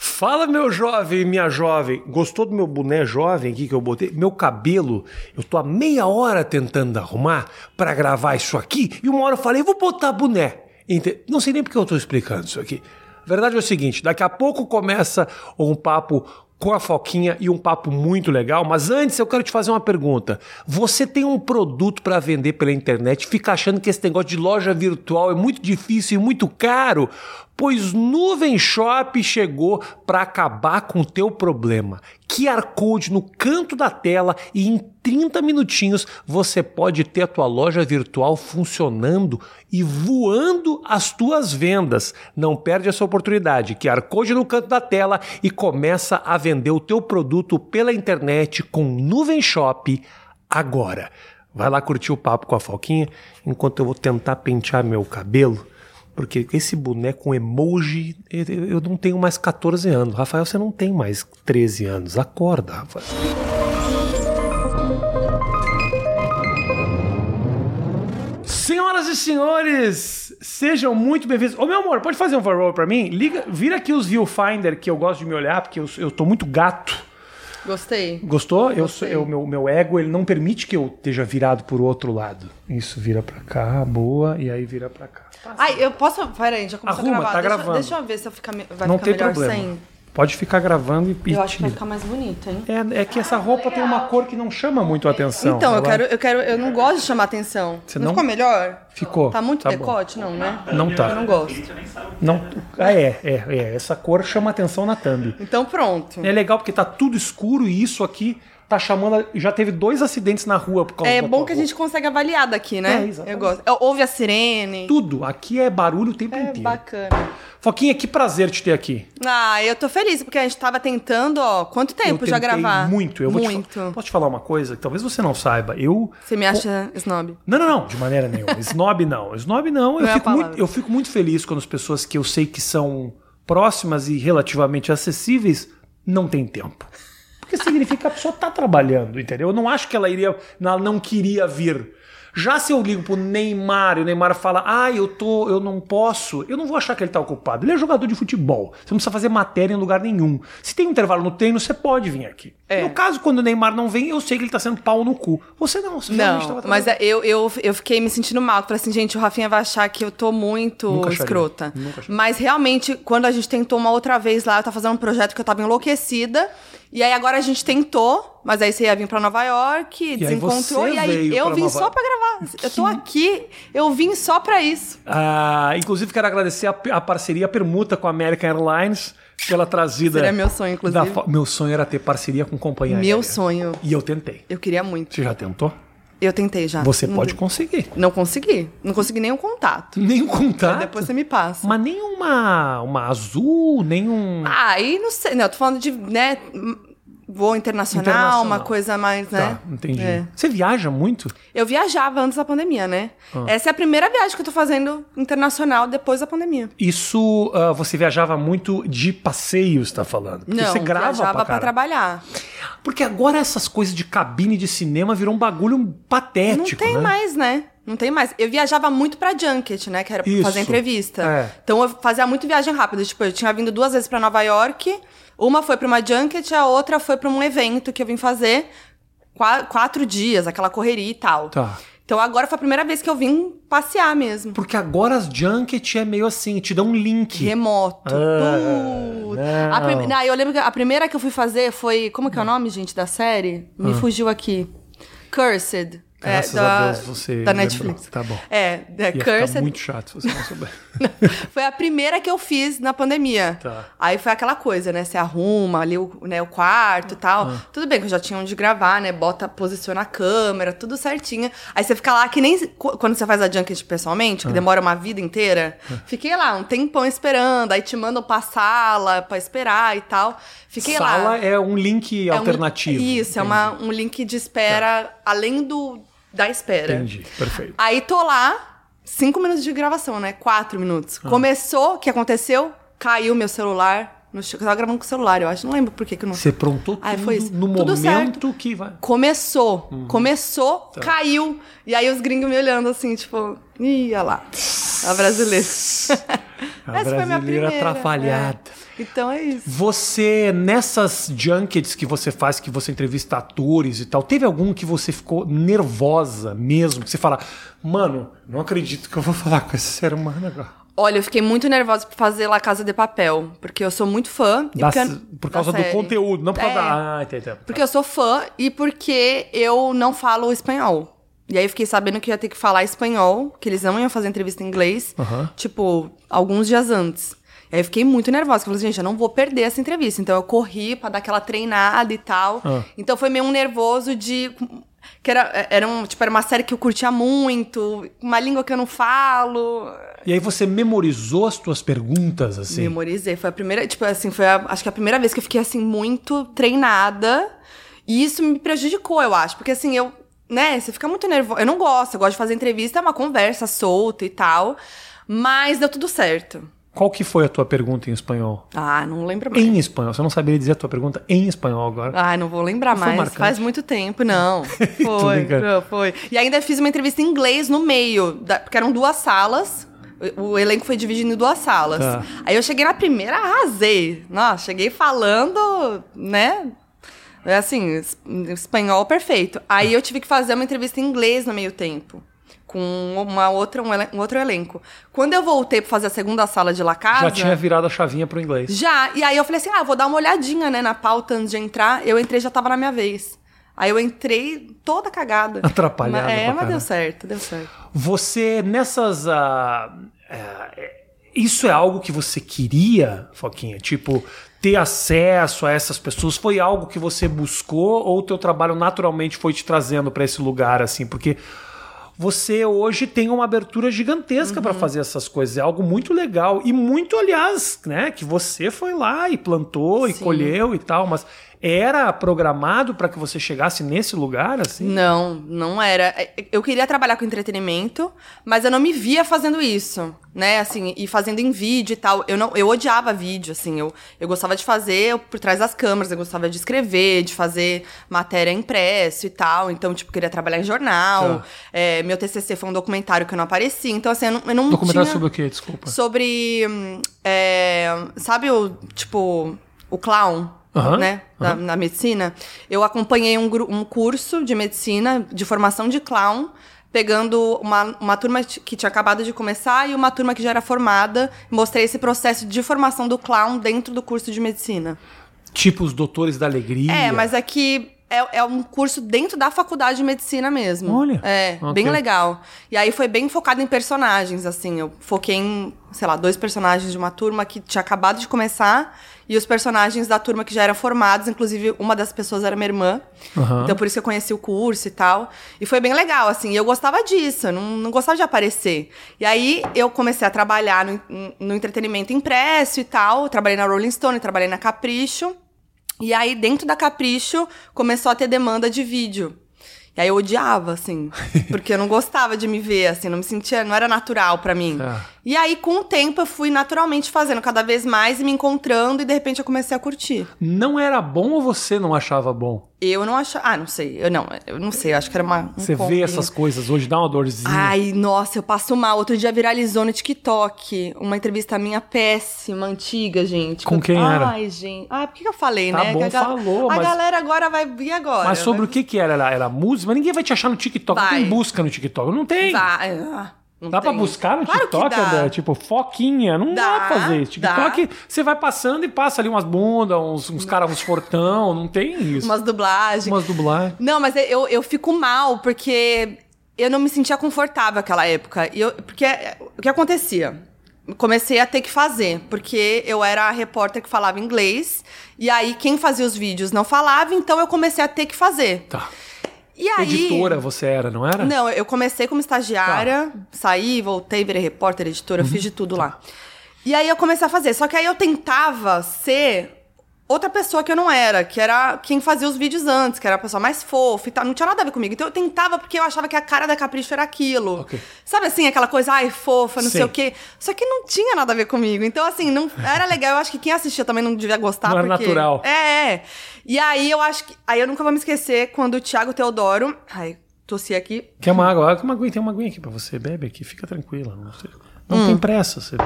Fala, meu jovem, minha jovem. Gostou do meu boné jovem aqui que eu botei? Meu cabelo, eu tô há meia hora tentando arrumar pra gravar isso aqui e uma hora eu falei, vou botar boné. Ente- Não sei nem porque eu tô explicando isso aqui. A verdade é o seguinte, daqui a pouco começa um papo com a Foquinha e um papo muito legal, mas antes eu quero te fazer uma pergunta. Você tem um produto pra vender pela internet, fica achando que esse negócio de loja virtual é muito difícil e muito caro? Pois Nuvem Shop chegou pra acabar com o teu problema. QR Code no canto da tela e em 30 minutinhos você pode ter a tua loja virtual funcionando e voando as tuas vendas. Não perde essa oportunidade. QR Code no canto da tela e começa a vender o teu produto pela internet com Nuvem Shop agora. Vai lá curtir o papo com a Foquinha enquanto eu vou tentar pentear meu cabelo. Porque esse boneco um emoji, eu- eu eu não tenho mais 14 anos. Rafael, você não tem mais 13 anos. Acorda, Rafael. Senhoras e senhores, sejam muito bem-vindos. Ô, meu amor, pode fazer um overall pra mim? Liga, vira aqui os viewfinder que eu gosto de me olhar, porque eu, eu tô muito gato. Gostei. Gostou? Eu, sou- Gostei. eu meu, meu ego, ele não permite que eu esteja virado por outro lado. Isso, vira pra cá, boa, e aí vira pra cá. Ai, eu posso. Pera aí, já começou Arruma, a gravar. tá deixa, gravando. deixa eu ver se eu ficar, me- vai não ficar tem melhor problema. sem. Pode ficar gravando e. Eu acho que vai ficar mais bonito, hein? É, é que essa roupa tem uma cor que não chama muito a atenção. Então, eu Ela quero, eu quero. Eu não gosto de chamar atenção. Você não, não- ficou melhor? Ficou. Tá muito Tá bom. decote, não, né? Não tá. Eu não gosto. Não. Ah, é, é, é. Essa cor chama atenção na thumb. Então pronto. É legal porque tá tudo escuro e isso aqui tá chamando. a- Já teve dois acidentes na rua por causa É da bom tua que a roupa. gente consegue avaliar daqui, né? É, exatamente. Eu gosto. Eu- Ouve a sirene. Tudo. Aqui é barulho o tempo É inteiro. bacana. Foquinha, que prazer te ter aqui. Ah, eu tô feliz, porque a gente tava tentando, ó, quanto tempo eu já tentei gravar? Muito. Eu vou Te, fa- Muito. posso te falar uma coisa que talvez você não saiba. Eu. Você me acha snob? Não, não, não, de maneira nenhuma. Snob não. Snob não. Eu, Não é a fico palavra. muito, eu fico muito feliz quando as pessoas que eu sei que são próximas e relativamente acessíveis não têm tempo. Porque significa que a pessoa tá trabalhando, entendeu? Eu não acho que ela iria. Ela não queria vir. Já se eu ligo pro Neymar e o Neymar fala, ah, eu tô, eu não posso, eu não vou achar que ele tá ocupado. Ele é jogador de futebol. Você não precisa fazer matéria em lugar nenhum. Se tem um intervalo no treino, você pode vir aqui. É. No caso, quando o Neymar não vem, eu sei que ele tá sendo pau no cu. Você não, você realmente Não, tava mas trabalhando. é, eu, eu, eu fiquei me sentindo mal. Falei assim, gente, o Rafinha vai achar que eu tô muito Nunca acharia, escrota. nunca acharia. mas realmente, quando a gente tentou uma outra vez lá, eu tava fazendo um projeto que eu tava enlouquecida. E aí agora a gente tentou, mas aí você ia vir pra Nova York, desencontrou. você E aí veio eu pra vim Nova- só pra gravar. Eu tô aqui, eu vim só pra isso. Ah, inclusive, quero agradecer a, a parceria a permuta com a American Airlines pela trazida. Seria meu sonho, inclusive. da fo- meu sonho era ter parceria com companhia Meu aérea. sonho. E eu tentei. Eu queria muito. Você já tentou? Eu tentei já. Você Não pode deu. conseguir. Não consegui. Não consegui nenhum contato. Nem um contato. Depois você me passa. Mas nem uma, uma azul, nem um. Ah, aí não sei. Não, eu tô falando de, né, m- voo internacional, Internacional. uma coisa mais, né? Tá, entendi. É. Você viaja muito? Eu viajava antes da pandemia, né? Ah. Essa é a primeira viagem que eu tô fazendo internacional depois da pandemia. Isso, ah, você viajava muito de passeio, você tá falando? Porque não, você grava viajava pra, pra, caralho. trabalhar. Porque agora essas coisas de cabine de cinema virou um bagulho patético, não tem né? mais, né? Não tem mais. Eu viajava muito pra Junket, né? Que era pra Isso. fazer entrevista. É. Então eu fazia muito viagem rápida. Tipo, eu tinha vindo duas vezes pra Nova York. Uma foi pra uma Junket, a outra foi pra um evento que eu vim fazer. qua- Quatro dias, aquela correria e tal. Tá. Então agora foi a primeira vez que eu vim passear mesmo. Porque agora as junket é meio assim, te dá um link. Remoto. Ah, Putz. não. Hum. A prime- não, eu lembro que a primeira que eu fui fazer foi. Como que é o nome, gente, da série? Me fugiu aqui. Cursed. é, Ah. Graças da, a Deus você Da lembrou. Netflix. Tá bom. É, é Ia ficar Cursed. muito chato se você não souber. Foi a primeira que eu fiz na pandemia. Tá. Aí foi aquela coisa, né? Você arruma ali o, né, o quarto e tal. Ah. Tudo bem que eu já tinha onde gravar, né? Bota, posiciona a câmera, tudo certinho. Aí você fica lá que nem qu- quando você faz a junket pessoalmente, Ah. que demora uma vida inteira. Fiquei lá um tempão esperando. Aí te mandam pra sala pra esperar e tal. Fiquei Sala lá. é um link É um- alternativo. Tá. isso, é uma, um link de espera além do da espera. Entendi, perfeito. Aí tô lá, cinco minutos de gravação, né? Quatro minutos. Ah. Começou, o que aconteceu? Caiu meu celular. No... chão. Eu tava gravando com o celular, eu acho. Não lembro por que que eu não... Você aprontou Ai, tudo foi isso. no Tudo momento certo. que vai. Começou, Uhum. começou, Tá. caiu. E aí os gringos me olhando assim, tipo... Ih, olha lá. A brasileira. A Essa foi a minha brasileira primeira. atrapalhada. é. Então é isso. Você, nessas junkets que você faz, que você entrevista atores e tal, teve algum que você ficou nervosa mesmo? Que você fala, mano, não acredito que eu vou falar com esse ser humano agora. Olha, eu fiquei muito nervosa pra fazer La Casa de Papel, porque eu sou muito fã. e Da- porque- por da causa do série. conteúdo, não por causa É, da. Ah, entendeu. Porque eu sou fã e porque eu não falo espanhol. E aí eu fiquei sabendo que eu ia ter que falar espanhol, que eles não iam fazer entrevista em inglês, Aham. tipo, alguns dias antes. E aí eu fiquei muito nervosa, que eu falei, gente, eu não vou perder essa entrevista. Então eu corri pra dar aquela treinada e tal. Ah. Então foi meio um nervoso de. Que era, era, um, tipo, era uma série que eu curtia muito, uma língua que eu não falo. E aí você memorizou as tuas perguntas, assim. Memorizei. Foi a primeira, tipo assim, foi a- acho que a primeira vez que eu fiquei assim muito treinada. E isso me prejudicou, eu acho, porque assim, eu, né, você fica muito nervosa. Eu não gosto, eu gosto de fazer entrevista, é uma conversa solta e tal. Mas deu tudo certo. Qual que foi a tua pergunta em espanhol? Ah, não lembro mais. Em espanhol. Você não saberia dizer a tua pergunta em espanhol agora. Ah, não vou lembrar Foi mais. marcante? Faz muito tempo, não. Tô Foi, brincando. não, foi. E ainda fiz uma entrevista em inglês no meio, da- porque eram duas salas. O o elenco foi dividido em duas salas. Tá. Aí eu cheguei na primeira, arrasei. Nossa, cheguei falando, né? É Assim, es- espanhol perfeito. Aí eu tive que fazer uma entrevista em inglês no meio tempo. Com uma outra, um, elen- um outro elenco. Quando eu voltei pra fazer a segunda sala de La Casa... Já tinha virado a chavinha pro inglês. Já. E aí eu falei assim: ah, vou dar uma olhadinha, né, na pauta antes de entrar. Eu entrei, já tava na minha vez. Aí eu entrei toda cagada. Atrapalhada Mas, pra é, mas caralho. deu certo, deu certo. Você, nessas. ah, ah, é- isso é algo que você queria, Foquinha? Tipo, ter acesso a essas pessoas? Foi algo que você buscou ou o teu trabalho naturalmente foi te trazendo pra esse lugar, assim? Porque você hoje tem uma abertura gigantesca Uhum. pra fazer essas coisas. É algo muito legal. E muito, aliás, né? Que você foi lá e plantou e Sim. colheu e tal, mas. Era programado pra que você chegasse nesse lugar, assim? Não, não era. É, Eu queria trabalhar com entretenimento, mas eu não me via fazendo isso, né? Assim, e fazendo em vídeo e tal. Eu não, eu odiava vídeo, assim. Eu, eu gostava de fazer por trás das câmeras, eu gostava de escrever, de fazer matéria impresso e tal. Então, tipo, queria trabalhar em jornal. Tá. É, meu TCC foi um documentário que eu não apareci. Então, assim, eu não, eu não Documentário tinha sobre o quê? Desculpa. sobre. hum, é, sabe o. Tipo. O clown, Aham, né? Na, na medicina. Eu acompanhei um, gru- um curso de medicina, de formação de clown, pegando uma, uma turma t- que tinha acabado de começar e uma turma que já era formada. Mostrei esse processo de formação do clown dentro do curso de medicina. Tipo os Doutores da Alegria. É, mas é que é, é um curso dentro da faculdade de medicina mesmo. Olha, É, ok. bem legal. E aí foi bem focado em personagens, assim. Eu foquei em, sei lá, dois personagens de uma turma que tinha acabado de começar e os personagens da turma que já eram formados. Inclusive, uma das pessoas era minha irmã. Aham. Então, por isso que eu conheci o curso e tal. E foi bem legal, assim. E eu gostava disso, eu não, não gostava de aparecer. E aí, eu comecei a trabalhar no, no entretenimento impresso e tal. Eu trabalhei na Rolling Stone, trabalhei na Capricho. E aí, dentro da Capricho, começou a ter demanda de vídeo. E aí eu odiava, assim, porque eu não gostava de me ver, assim, não me sentia, não era natural pra mim. Tá. E aí, com o tempo, eu fui naturalmente fazendo cada vez mais e me encontrando, e de repente eu comecei a curtir. Não era bom ou você não achava bom? Eu não achava. Ah, não sei. Eu não, eu não sei, eu acho que era uma. um Você vê combinho. essas coisas hoje, dá uma dorzinha. Ai, nossa, eu passo mal. Outro dia viralizou no TikTok uma entrevista minha péssima, antiga, gente. Com quem Ai, era? Ai, gente. Ah, por que que eu falei, Tá né? bom, Que a gal- falou, A mas- galera agora vai. E agora? Mas sobre Vai- o que que era? Era, era música? Mas ninguém vai te achar no TikTok. Não né? Vai. tem busca no TikTok. Não tem. Vai. ah, não Dá pra tem. buscar no Claro que TikTok, dá. André? Tipo, foquinha. Não dá, Dá, pra fazer isso. dá. TikTok, você vai passando e passa ali umas bundas, uns, uns caras, uns fortão. Não tem isso. Umas dublagens. Umas dublagens. Não, mas eu, eu fico mal, porque eu não me sentia confortável naquela época. E eu, porque eh, o que acontecia? Comecei a ter que fazer, porque eu era a repórter que falava inglês, e aí quem fazia os vídeos não falava, então eu comecei a ter que fazer. Tá. E aí. Editora você era, não era? Tá. Não, eu comecei como estagiária, saí, voltei, virei repórter, editora, fiz de Uhum. tudo lá. E aí eu comecei a fazer. Só que aí eu tentava ser outra pessoa que eu não era, que era quem fazia os vídeos antes, que era a pessoa mais fofa e tal. Não tinha nada a ver comigo. Então eu tentava porque eu achava que a cara da Capricho era aquilo. Ok. Sabe assim, aquela coisa, ai, fofa, não Sim. sei o quê. Só que não tinha nada a ver comigo. Então, assim, não era legal. Eu acho que quem assistia também não devia gostar. Não era porque- natural. é, é. E aí eu acho que. Aí eu nunca vou me esquecer quando o Thiago Teodoro. Ai, tossi aqui. Quer uma água? Ah, Hum. Tem uma aguinha, tem uma aguinha aqui pra você. Bebe aqui, fica tranquila. Não, sei. Não tem pressa, você vê.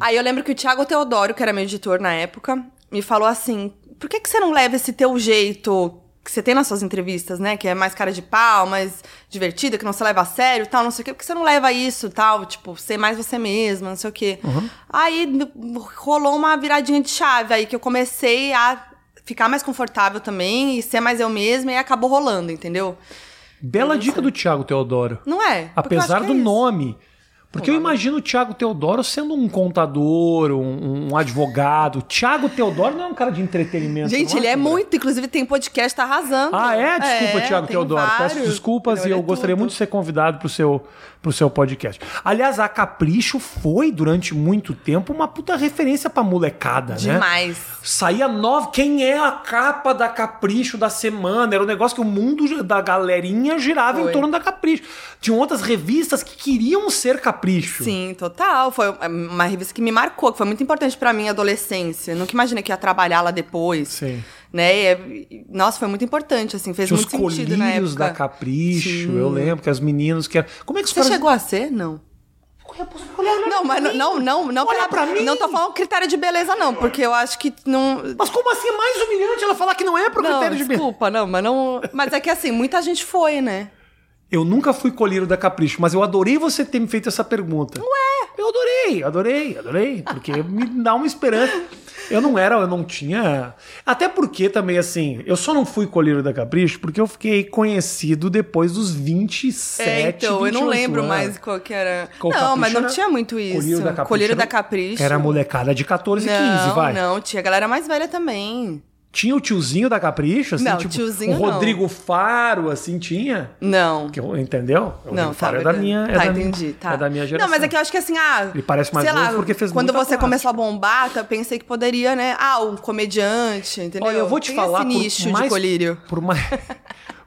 Aí eu lembro que o Thiago Teodoro, que era meu editor na época, me falou assim: por que, que você não leva esse teu jeito que você tem nas suas entrevistas, né? Que é mais cara de pau, mais divertida, que não se leva a sério tal, não sei o quê. Por que você não leva isso tal? Tipo, ser mais você mesma, não sei o quê. Uhum. Aí n- rolou uma viradinha de chave aí que eu comecei a ficar mais confortável também e ser mais eu mesma e acabou rolando, entendeu? Bela dica do Thiago Teodoro. Não é? Porque eu Apesar acho do que é isso. nome. Porque eu imagino o Thiago Teodoro sendo um contador, um, um advogado. Thiago Teodoro não é um cara de entretenimento. Gente, não ele é Sandra? muito, inclusive tem podcast, tá arrasando. Ah, é? Desculpa, Thiago tem Teodoro. Peço vários. desculpas e Entendeu? eu Ele é gostaria tudo. muito de ser convidado pro seu, pro seu podcast. Aliás, a Capricho foi, durante muito tempo, uma puta referência pra molecada, né? Demais. Saía nova. Quem é a capa da Capricho da semana? Era um negócio que o mundo da galerinha girava em Foi. torno da Capricho. Tinham outras revistas que queriam ser Capricho. Sim, total. Foi é, uma revista que me marcou, que foi muito importante pra minha adolescência. Nunca imaginei que ia trabalhar lá depois. Sim. Né? E é- e- nossa, foi muito importante, assim, fez Tinha os muito sentido na colírios época. da Capricho, eu lembro que as meninas que eram... Como é que os Você caras... chegou a ser? Não. Não, mas não, não, não, não, Olha pela- pra mim. não tô falando critério de beleza, não, porque eu acho que não. Mas como assim é mais humilhante ela falar que não é pro Não, critério de beleza? desculpa, não, mas não. Mas é que assim, muita gente foi, né? Eu nunca fui colírio da Capricho, mas eu adorei você ter me feito essa pergunta. Ué! é? Eu adorei, adorei, adorei, porque me dá uma esperança. Eu não era, eu não tinha. Até porque também, assim, eu só não fui colírio da Capricho porque eu fiquei conhecido depois dos 27, é, então, eu não 28 lembro anos. mais qual que era. Com o não, Capricho mas não era- tinha muito isso. Colírio da Capricho. Colírio era- da Capricho. Era molecada de 14, 15, Não, vai. não, tinha galera mais velha também. Tinha o tiozinho da Capricho, assim, Não, tipo, tiozinho o não. Rodrigo Faro, assim, tinha. Não. Que eu- entendeu? O Rodrigo Não, tá, Faro é da verdade. minha, é tá, da minha- entendi, tá. é da minha geração. Não, mas é que eu acho que assim, ah... Ele parece mais sei lá, novo porque fez quando muita você plástica. começou a bombar, tá, eu pensei que poderia, né? Ah, um comediante, entendeu? Olha, eu vou te Tem falar esse nicho por mais, de colírio. Por mais,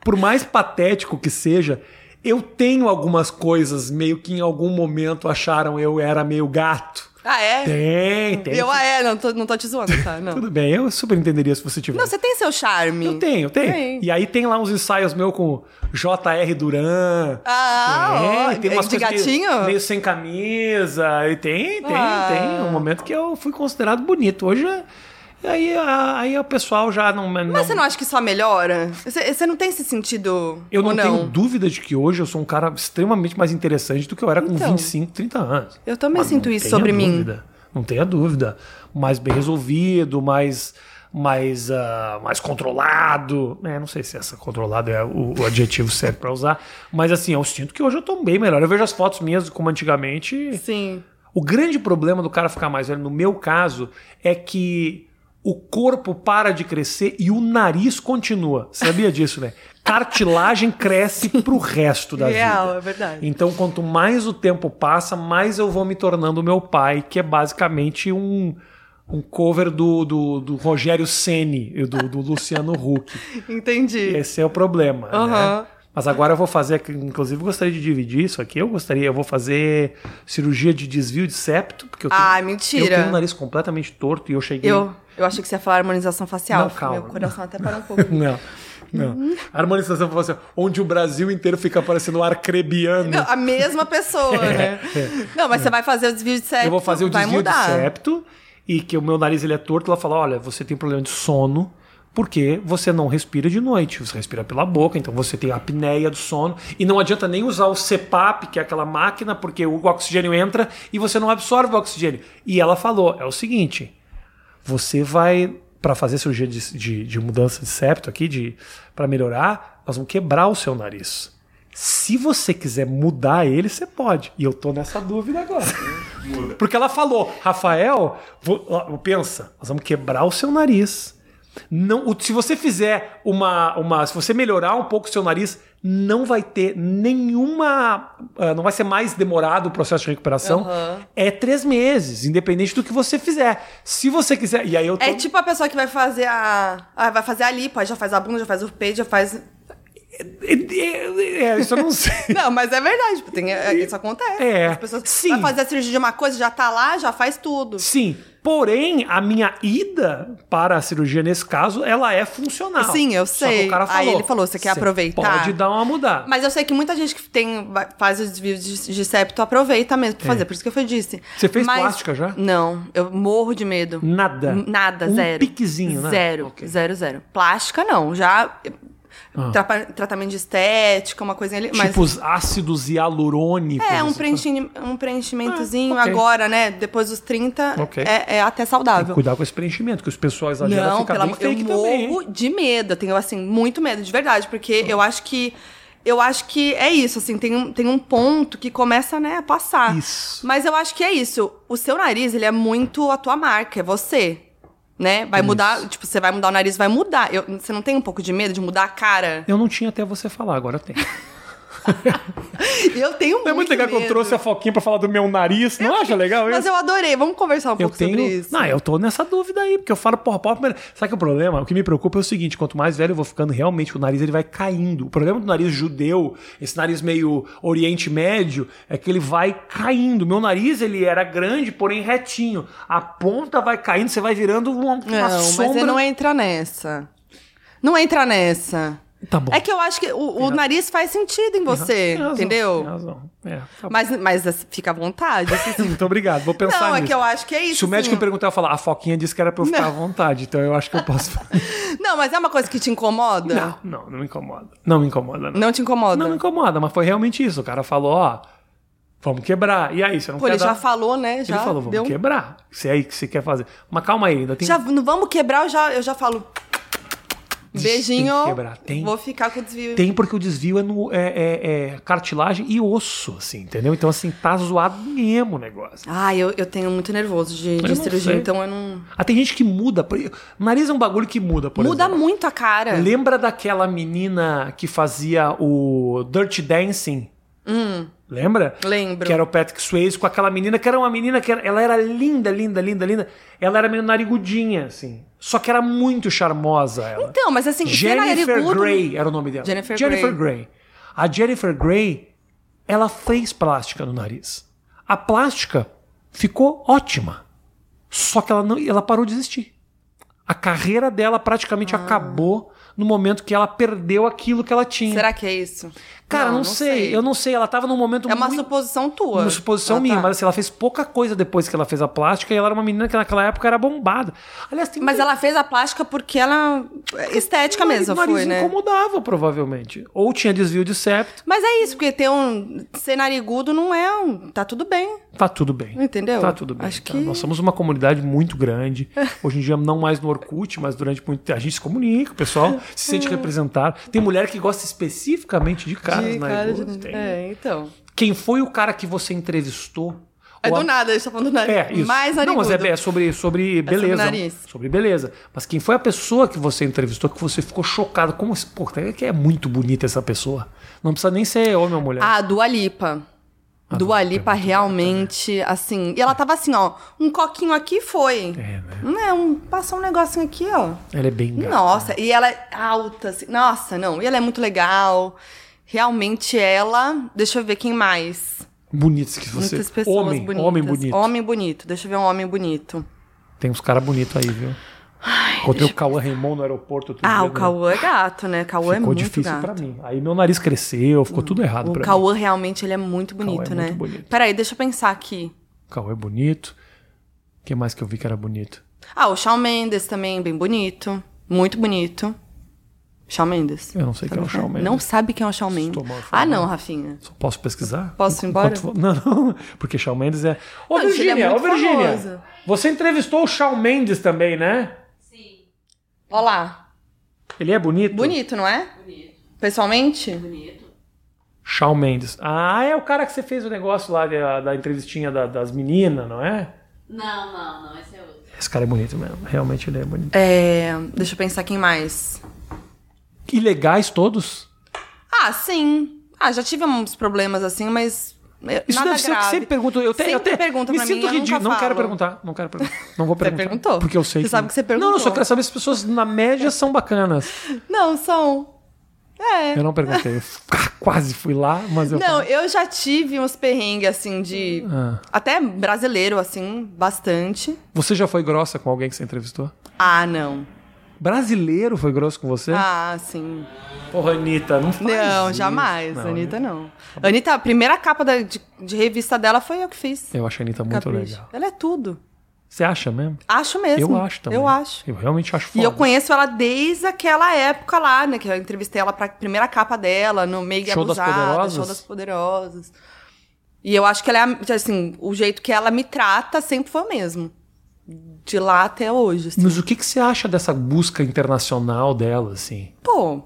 por mais patético que seja, eu tenho algumas coisas meio que em algum momento acharam eu era meio gato. Ah, é? Tem, tem. Eu, ah, é, não tô, não tô te zoando, tá? Não. Tudo bem, eu super entenderia se você tivesse. não, você tem seu charme. Eu tenho, eu tenho. Tem. E aí tem lá uns ensaios meu com J.R. Duran. Ah, É, ó, tem umas de coisas meio- gatinho? Meio, sem camisa. E tem, tem, Ah. tem. Um momento que eu fui considerado bonito. Hoje, é- aí, a- aí o pessoal já não... Mas você não acha que só melhora? Você, você não tem esse sentido, Eu não, ou tenho dúvida de que hoje eu sou um cara extremamente mais interessante do que eu era com Então. 25, 30 anos. Eu também sinto Ah, não isso tenha sobre mim. dúvida, Não tenha dúvida. Mais bem resolvido, mais mais ah, mais controlado, É, não sei se essa controlado é o, o adjetivo certo pra usar, mas assim, eu sinto que hoje eu tô bem melhor. Eu vejo as fotos minhas como antigamente. Sim. O grande problema do cara ficar mais velho, no meu caso, é que o corpo para de crescer e o nariz continua. Sabia disso, né? Cartilagem cresce pro resto da Real, vida. é verdade. Então, quanto mais o tempo passa, mais eu vou me tornando meu pai, que é basicamente um, um cover do, do, do Rogério Ceni e do, do Luciano Huck. Entendi. Esse é o problema, né? Aham. Mas agora eu vou fazer, inclusive eu gostaria de dividir isso aqui. Eu gostaria, eu vou fazer cirurgia de desvio de septo, porque eu tenho, Ah, eu mentira. tenho o nariz completamente torto e eu cheguei. Eu, eu achei que você ia falar harmonização facial. Não, calma. Meu coração até parou um pouco. Não, Uhum. não. A harmonização foi assim, onde o Brasil inteiro fica parecendo um arcrebiano. Não, a mesma pessoa, né? Não, mas você vai fazer o desvio de septo. eu vou fazer o vai desvio de mudar. septo e que o meu nariz ele é torto. Ela fala: olha, você tem um problema de sono. Porque você não respira de noite, você respira pela boca, então você tem a apneia do sono. E não adianta nem usar o CPAP, que é aquela máquina, porque o oxigênio entra e você não absorve o oxigênio. E ela falou: é o seguinte, você vai para fazer cirurgia de, de- de mudança de septo aqui, de para melhorar, nós vamos quebrar o seu nariz. Se você quiser mudar ele, você pode. E eu tô nessa dúvida agora. Porque ela falou, Rafael, vou- ó, pensa, nós vamos quebrar o seu nariz. Não, o- se você fizer uma, uma. Se você melhorar um pouco o seu nariz, não vai ter nenhuma. ah, não vai ser mais demorado o processo de recuperação. Aham. É três meses, independente do que você fizer. Se você quiser. E aí eu tô. É tipo a pessoa que vai fazer a. Ah, vai fazer a lipo, aí já faz a bunda, já faz o peito, já faz. É, é, é, isso eu não sei. Não, mas é verdade, tipo, tem, é- isso acontece. É, As pessoas sim. vai fazer a cirurgia de uma coisa, já tá lá, já faz tudo. Sim. Porém, a minha ida para a cirurgia nesse caso, ela é funcional. Sim, eu Só sei. que o cara Aí falou, ele falou, "Você quer "Cê aproveitar?" Pode dar uma mudada. Mas eu sei que muita gente que tem, vai- faz os desvios de, de septo aproveita mesmo pra fazer, por isso que eu disse. É. Você fez Mas- plástica já? Não, eu morro de medo. Nada. N- Nada, um zero. piquezinho, né? Zero, Ok. zero, zero. Plástica não, já... Ah. trapa- Tratamento de estética, uma coisinha ali. mas... Tipo os ácidos hialurônicos. É, um, assim, preenchi- um preenchimentozinho Ah, ok. agora, né? Depois dos 30, Ok. é, é até saudável. Cuidar com esse preenchimento, que os pessoal exagera, Não, fica pelo bem amor eu fake morro também. hein? de medo. Eu tenho, assim, muito medo, de verdade. Porque eu acho que... Eu acho que é isso, assim, tem um, tem um ponto que começa, né, a passar. Isso. Mas eu acho que é isso. O seu nariz, ele é muito a tua marca, é você. Né? Vai mudar, tipo, você vai mudar o nariz, vai mudar. Eu- você não tem um pouco de medo de mudar a cara? Eu não tinha até você falar, agora eu tenho. Eu tenho muito É muito legal que eu medo. trouxe a Foquinha pra falar do meu nariz. Não acha legal Mas isso? eu adorei, vamos conversar um Eu pouco tenho. sobre isso. Não, eu tô nessa dúvida aí, porque eu falo, porra, porra, primeiro. Sabe que é o problema? O que me preocupa é o seguinte: quanto mais velho eu vou ficando, realmente o nariz ele vai caindo. O problema do nariz judeu, esse nariz meio Oriente Médio, é que ele vai caindo. Meu nariz, ele era grande, porém retinho. A ponta vai caindo, você vai virando uma, uma Não, mas sombra. você não é entra nessa. Não entra nessa. Tá bom. É que eu acho que o, o nariz faz sentido em você, Tem razão, entendeu? Tem razão. É, tá bom. Mas, mas assim, fica à vontade. assim. Muito obrigado, vou pensar não, nisso. é que eu acho que é isso. Se o médico assim. perguntar, eu falar, a Foquinha disse que era pra eu ficar à vontade, então eu acho que eu posso. Não, mas é uma coisa que te incomoda? não, não, não me incomoda. Não me incomoda, não. Não te incomoda? Não me incomoda, mas foi realmente isso. O cara falou, ó, vamos quebrar. E aí, você não Pô, quer ele já dar... falou, né? Já Ele falou, vamos deu um- quebrar. Se é aí que você quer fazer. Mas calma aí, ainda tem... Já, não vamos quebrar, eu já, eu já falo. Beijinho. tem que quebrar, tem- Vou ficar com o desvio. Tem porque o desvio é, no, é, é- é cartilagem e osso, assim, entendeu? Então, assim, tá zoado mesmo o negócio. Ai, eu, eu tenho muito nervoso de, de não cirurgia, sei. então eu não. Ah, tem gente que muda. por- Nariz é um bagulho que muda, por Muda exemplo. muito a cara. Lembra daquela menina que fazia o Dirty Dancing? Lembra? Hum. Lembro. Que era o Patrick Swayze com aquela menina, que era uma menina que era- ela era linda, linda, linda, linda. Ela era meio narigudinha, assim. Só que era muito charmosa ela. Então, mas assim, ser Jennifer narigudo- Grey era o nome dela. Jennifer Grey. A Jennifer Grey, ela fez plástica no nariz. A plástica ficou ótima. Só que ela, não, ela parou de existir. A carreira dela praticamente Ah. acabou no momento que ela perdeu aquilo que ela tinha. Será que é isso? Cara, não, sei. Eu não sei. Ela tava num momento É uma muito... suposição tua. Uma suposição Ah, tá. minha, mas assim, ela fez pouca coisa depois que ela fez a plástica e ela era uma menina que naquela época era bombada. Aliás, tem um Mas muita- ela fez a plástica porque ela. é Estética o nariz- mesmo, o nariz foi, né? incomodava, provavelmente. Ou tinha desvio de septo, Mas é isso, porque ter um. Ser narigudo não é um. Tá tudo bem. tá tudo bem. Entendeu? Tá tudo bem. Acho tá? que- Nós somos uma comunidade muito grande. Hoje em dia, não mais no Orkut, mas durante muito tempo. A gente se comunica, o pessoal se sente É. representado. Tem mulher que gosta especificamente de caras, né? Tem. É, então. Quem foi o cara que você entrevistou? É Ou a- do nada, a gente tá falando do nariz. É, isso. Mais narigudo. Não, mas é, é sobre, sobre beleza. nariz. Sobre beleza. Mas quem foi a pessoa que você entrevistou que você ficou chocado? Como esse. Pô, é que é muito bonita essa pessoa. Não precisa nem ser homem ou mulher. Ah, a Dua Lipa. Dua é Lipa realmente, assim. E ela tava assim, ó. Um coquinho aqui foi. É, né? Não é, um, passou um negocinho aqui, ó. Ela é bem gata. Nossa, e ela é alta, assim. Nossa, não. E ela é muito legal. Realmente ela. Deixa eu ver quem mais. Bonitos que você. Muitas pessoas homem, bonitas. homem bonito. Homem bonito. Deixa eu ver um homem bonito. Tem uns caras bonitos aí, viu? Encontrei o Cauã Raymond no aeroporto. outro Ah, dia, o né? Cauã é gato, né? Cauã é Ficou muito difícil gato. pra mim. Aí meu nariz cresceu, ficou tudo errado O pra mim. Cauã realmente ele é muito é bonito, né? muito bonito. Peraí, deixa eu pensar aqui. Cauã é bonito. O que mais que eu vi que era bonito? Ah, o Shawn Mendes também, bem bonito. Muito bonito. Shawn Mendes. Eu não sei quem é o Shawn Mendes. Não sabe quem é o Shawn Mendes. Estou mal informado. Ah, não, Rafinha. Só Posso pesquisar? Posso ir embora? Enquanto- Não, não, porque Shawn Mendes é. Ô, Não, gente, ele é Virgínia, ô, muito Virgínia. famoso. Você entrevistou o Shawn Mendes também, né? Olha lá. Ele é bonito? Bonito, não é? Bonito. Pessoalmente? Bonito. Shawn Mendes. Ah, é o cara que você fez o negócio lá da, da entrevistinha da- das meninas, não é? Não, não, não, esse é outro. Esse cara é bonito mesmo. Realmente ele é bonito. É. Deixa eu pensar quem mais. E legais todos? Ah, sim. Ah, já tive uns problemas assim, mas. eh, Isso nada deve ser o que grave. sempre perguntam. Eu, te, eu Sempre te- pergunta me pra mim, sinto eu nunca ridículo. Não quero falo. perguntar. Não quero perguntar. Não vou perguntar. perguntou. Porque eu sei. Você sabe que você Não, eu só perguntou. quero saber se as pessoas, na média, são bacanas. Não, são. É. Eu não perguntei. Eu quase fui lá, mas eu. Não, eu já tive uns perrengues, assim, de. Ah. Até brasileiro, assim, bastante. Você já foi grossa com alguém que você entrevistou? Ah, não. Brasileiro foi grosso com você? Ah, sim. Porra, Anitta, não É? faz Não, isso. jamais. Não, né? Anitta, não. Anitta, a primeira capa da- de, de revista dela foi eu que fiz. Eu acho a Anitta É muito Capricho. legal. Ela é tudo. Você acha mesmo? Acho mesmo. Eu acho também. Eu acho. Eu realmente acho foda. E eu conheço ela desde aquela época lá, né? Que eu entrevistei ela pra primeira capa dela, no meio Show das abusada, Poderosas? Show das Poderosas. E eu acho que ela é, a- assim, o jeito que ela me trata sempre foi o mesmo. De lá até hoje, assim. Mas o que, que você acha dessa busca internacional dela, assim? Pô,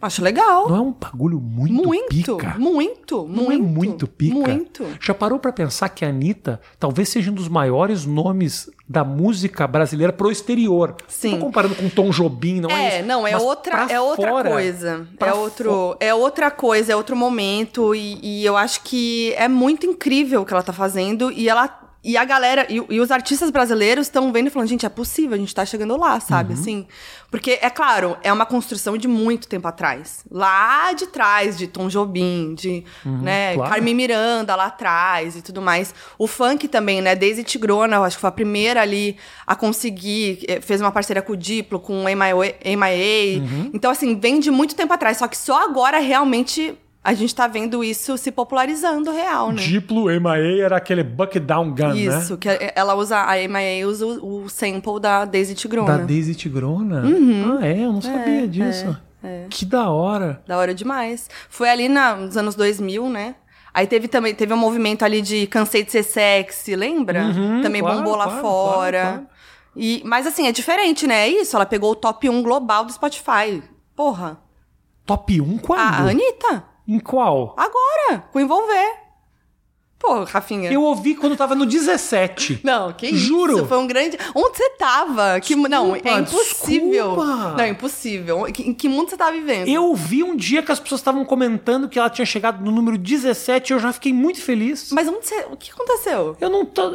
acho legal. Não é um bagulho muito, Muito, pica? muito, muito. Não é muito pica? Muito. Já parou pra pensar que a Anitta talvez seja um dos maiores nomes da música brasileira pro exterior? Sim. Não tô comparando com Tom Jobim, não é, É, isso. não, é Mas outra, pra é outra fora, coisa. pra É, outro, é outra coisa, é outro momento. E, e eu acho que é muito incrível o que ela tá fazendo. E ela. E a galera, e, e os artistas brasileiros estão vendo e falando, gente, é possível, a gente tá chegando lá, sabe? Uhum. Assim. Porque, é claro, é uma construção de muito tempo atrás. Lá de trás, de Tom Jobim, de né, Uhum, claro. Carmen Miranda lá atrás e tudo mais. O funk também, né? Daisy Tigrona, eu acho que foi a primeira ali a conseguir. eh, Fez uma parceria com o Diplo, com o MIA. Então, assim, vem de muito tempo atrás. Só que só agora realmente a gente tá vendo isso se popularizando real, né? Diplo, M.I.A. era aquele Buck Down Gun, né? Isso, que eh, ela usa, a MIA usa o, o sample da Daisy Tigrona. Da Da, Daisy Tigrona? Uhum. Ah, é? Eu não sabia disso. é, Que da hora. hora demais. Foi ali na- nos anos 2000, né? Aí teve também teve um movimento ali de cansei de ser sexy, lembra? Uhum, também claro, bombou lá claro, fora. claro, claro. E, mas assim, é diferente, né? É isso, ela pegou o top 1 global do Spotify. Porra. Top 1 quando? Ah, A Anitta, Em qual? agora, com envolver. Pô, Rafinha. Eu ouvi quando tava no 17. Não, que isso? Juro. Foi um grande. Onde você tava? Que... mu- Não, é Desculpa, impossível. desculpa. Não, é impossível. Que- Em que mundo você tá vivendo? Eu vi um dia que as pessoas estavam comentando que ela tinha chegado no número 17 e eu já fiquei muito feliz. Mas onde você. O que aconteceu? Eu não tô.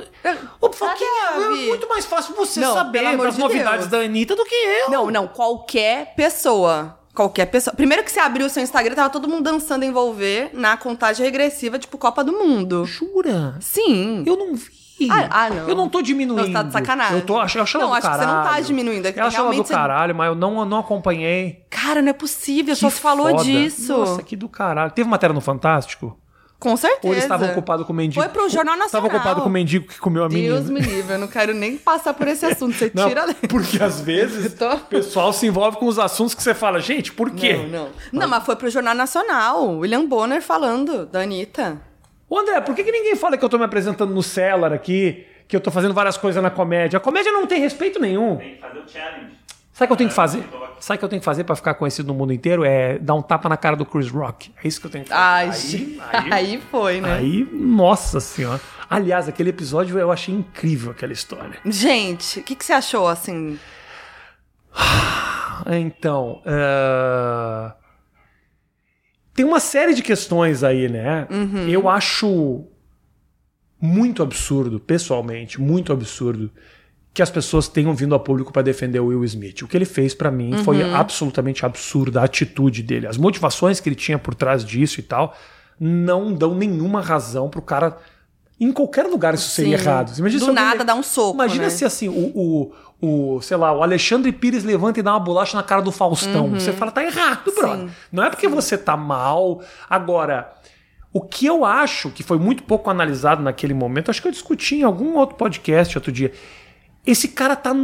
Ô, Foquinha, Gabi? é muito mais fácil você Não, pelo saber amor das de novidades Deus. da Anitta do que eu. Não, não, qualquer pessoa. Qualquer pessoa. Primeiro que você abriu o seu Instagram, tava todo mundo dançando envolver na contagem regressiva, tipo Copa do Mundo. Jura? Sim. Eu não vi. Ah, ah, não. Eu não tô diminuindo. Não, você tá de sacanagem. Eu tô ach- eu acho ela Não, do acho que você não tá caralho. diminuindo, é que Eu acho ela do realmente você- caralho, mas eu não, eu não acompanhei. Cara, não é possível, só Que se falou foda. disso. Nossa, que do caralho. Teve matéria no Fantástico? Com certeza. Ou eles estavam ocupados com o mendigo? Foi pro Jornal Estavam Nacional. ocupados com o mendigo que comeu a menina. Deus me livre, eu não quero nem passar por esse assunto. Você Não, tira a Porque às vezes tô- o pessoal se envolve com os assuntos que você fala, gente, por quê? Não, não. Não, mas foi pro Jornal Nacional. William Bonner falando da Anitta. Ô, André, por que, que ninguém fala que eu tô me apresentando no Cellar aqui? Que eu tô fazendo várias coisas na comédia. A comédia não tem respeito nenhum. Tem que fazer o challenge. Sabe o que eu tenho que fazer? coloca. Sabe o que eu tenho que fazer pra ficar conhecido no mundo inteiro? É dar um tapa na cara do Chris Rock. É isso que eu tenho que fazer. Ai, Aí- gente. aí- aí foi, né? Aí, nossa senhora. Aliás, aquele episódio eu achei incrível aquela história. Gente, o que, que você achou, assim? Então, é, tem uma série de questões aí, né? Uhum. Eu acho muito absurdo, pessoalmente, muito absurdo que as pessoas tenham vindo a público para defender o Will Smith. O que ele fez para mim foi Uhum. absolutamente absurda a atitude dele. As motivações que ele tinha por trás disso e tal não dão nenhuma razão pro cara em qualquer lugar isso seria Sim. errado. Imagina Do se alguém- nada dá um soco, Imagina né? se assim, o, o, o, sei lá, o Alexandre Pires levanta e dá uma bolacha na cara do Faustão. Uhum. Você fala, tá errado, brother. Não é porque você tá mal. Agora, o que eu acho que foi muito pouco analisado naquele momento, acho que eu discuti em algum outro podcast outro dia. Esse cara tá,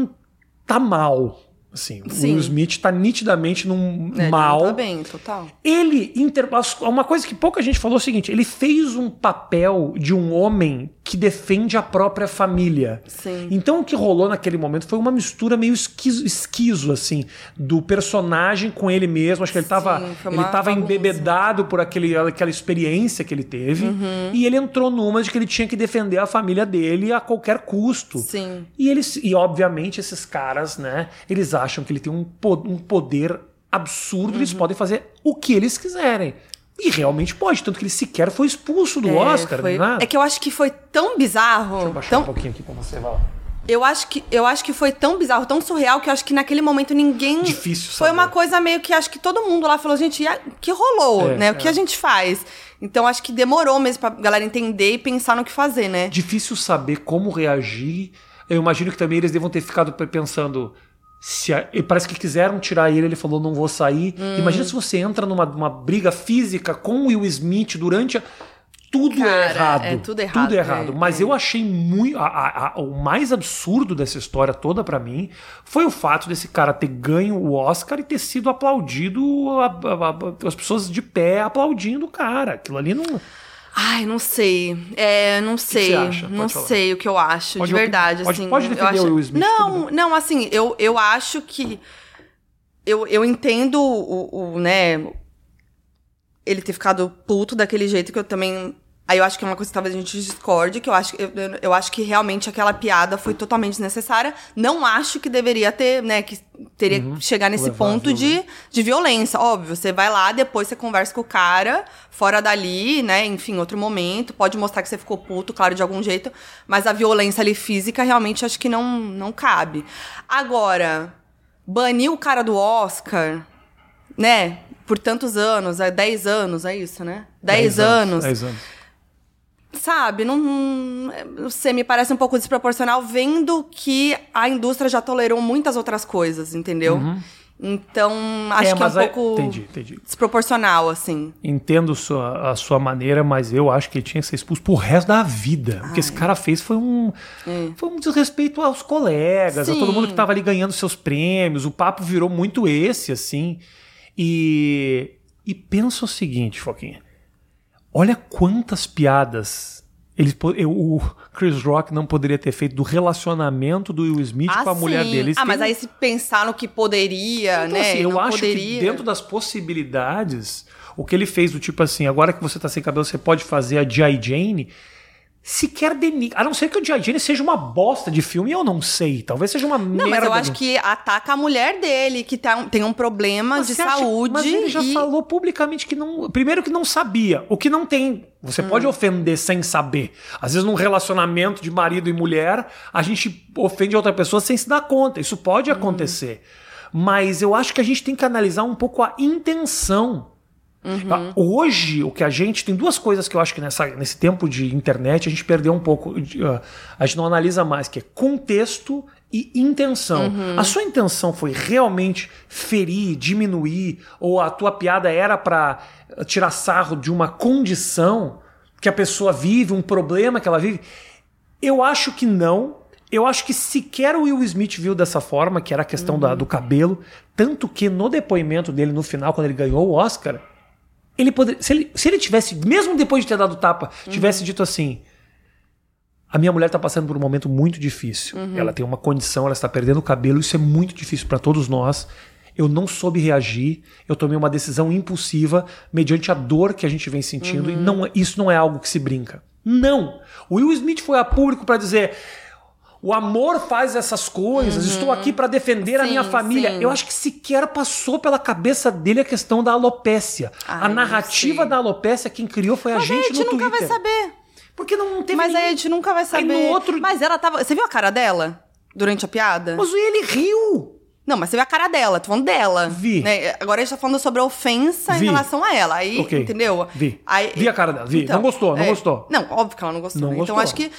tá mal. Assim, Sim. o Will Smith tá nitidamente num É, ele mal. Não tá bem, total. Ele, inter... as- uma coisa que pouca gente falou é o seguinte: ele fez um papel de um homem que defende a própria família. Sim. Então o que rolou naquele momento foi uma mistura meio esquizo, esquizo, assim, do personagem com ele mesmo. Acho que ele estava foi ele uma tava bagunça. embebedado por aquele, aquela experiência que ele teve. Uhum. E ele entrou numa de que ele tinha que defender a família dele a qualquer custo. Sim. E eles, e obviamente esses caras, né, eles acham que ele tem um, po- um poder absurdo, eles Uhum. podem fazer o que eles quiserem. E realmente pode, tanto que ele sequer foi expulso do É, Oscar, foi- né? É que eu acho que foi tão bizarro. Vou baixar um Tão... pouquinho aqui pra você, vai lá. Eu acho, que, eu acho que foi tão bizarro, tão surreal, que eu acho que naquele momento ninguém. Difícil Hum, Foi saber. uma coisa meio que acho que todo mundo lá falou, gente, e a- o que rolou, É, né? O é. que a gente faz? Então acho que demorou mesmo pra galera entender e pensar no que fazer, né? é Difícil saber como reagir. Eu imagino que também eles devam ter ficado pe- pensando. Se a- e parece que quiseram tirar ele, ele falou não vou sair. Hum. Imagina se você entra numa uma briga física com o Will Smith durante a- tudo é Cara, errado. é tudo errado, é errado. é, Mas é. eu achei muito a- a- a- o mais absurdo dessa história toda pra mim foi o fato desse cara ter ganho o Oscar e ter sido aplaudido a- a- a- as pessoas de pé aplaudindo o cara. Aquilo ali não Ai, não sei. É, não sei. você acha? Pode Não falar. sei o que eu acho, Pode de opi- verdade. pode- assim, pode eu defender acho- o Will Smith, tudo Não, não, assim, eu, eu acho que. Eu, eu entendo o, o, né. Ele ter ficado puto daquele jeito que eu também. Aí eu acho que é uma coisa que talvez a gente discorde, que eu acho, eu, eu- eu acho que realmente aquela piada foi totalmente desnecessária. Não acho que deveria ter, né, que teria que chegar nesse levar a ponto de, de violência. Óbvio, você vai lá, depois você conversa com o cara, fora dali, né? Enfim, outro momento. Pode mostrar que você ficou puto, claro, de algum jeito. Mas a violência ali física, realmente, acho que não, não cabe. Agora, banir o cara do Oscar, né? Por tantos anos, é 10 anos, é isso, né? 10 anos. Dez anos. Sabe, não, não sei, me parece um pouco desproporcional vendo que a indústria já tolerou muitas outras coisas, entendeu? Então, acho que é um Uhum. mas aí- pouco Entendi, entendi. desproporcional, assim. Entendo sua- a sua maneira, mas eu acho que ele tinha que ser expulso pro resto da vida. O que esse cara fez foi um, foi um desrespeito aos colegas, a todo É. Sim. mundo que tava ali ganhando seus prêmios. O papo virou muito esse, assim. E, e pensa o seguinte, Foquinha. Olha quantas piadas ele, po- eu- o Chris Rock não poderia ter feito do relacionamento do Will Smith com a sim. mulher dele. Eles Ah, mas têm- aí se pensar no que poderia, então, né? assim, e eu não acho poderia. que dentro das possibilidades, o que ele fez do tipo assim, agora que você tá sem cabelo, você pode fazer a G.I. Jane, sequer denigra. A não ser que o G.I. Jane seja uma bosta de filme, eu não sei. Talvez seja uma merda. Não, mas eu acho de- um que ataca a mulher dele, que tá, tem um problema Mas de você acha- saúde. Mas ele já e- falou publicamente que não. Primeiro que não sabia. O que não tem. Você pode Hum. ofender sem saber. Às vezes, num relacionamento de marido e mulher, a gente ofende outra pessoa sem se dar conta. Isso Hum. pode acontecer. Mas eu acho que a gente tem que analisar um pouco a intenção. Ah, Hoje, o que a gente. Tem duas coisas que eu acho que nessa, nesse tempo de internet a gente perdeu um pouco. de, ah, a gente não analisa mais, que é contexto e intenção. A sua intenção foi realmente ferir, diminuir, ou a tua piada era pra tirar sarro de uma condição que a pessoa vive, um problema que ela vive? Eu acho que não. Eu acho que sequer o Will Smith viu dessa forma, que era a questão da- do cabelo. Tanto que no depoimento dele no final, quando ele ganhou o Oscar, ele poderia. Se ele, se ele tivesse, mesmo depois de ter dado tapa, tivesse dito assim. A minha mulher tá passando por um momento muito difícil. Uhum. Ela tem uma condição, ela está perdendo o cabelo, isso é muito difícil para todos nós. Eu não soube reagir, eu tomei uma decisão impulsiva mediante a dor que a gente vem sentindo e Uhum. não, isso não é algo que se brinca. Não! O Will Smith foi a público para dizer: o amor faz essas coisas, estou aqui para defender a Uhum. Sim, minha família. sim. Eu acho que sequer passou pela cabeça dele a questão da alopécia. Ah, a eu narrativa sei. da alopécia quem criou foi a Mas aí gente a gente no nunca Twitter. vai saber. Porque não teve Mas aí a ninguém- gente nunca vai saber. no outro- Mas ela tava. Você viu a cara dela durante a piada? Mas ele riu. Não, mas você viu a cara dela, tô falando dela. Vi. né? Agora a gente tá falando sobre a ofensa Vi. em relação a ela. Aí, Ok. entendeu? Vi. Aí- então, é, Vi a cara dela, vi. Não gostou, não gostou. Não, óbvio que ela não gostou. Não né? Então gostou. acho que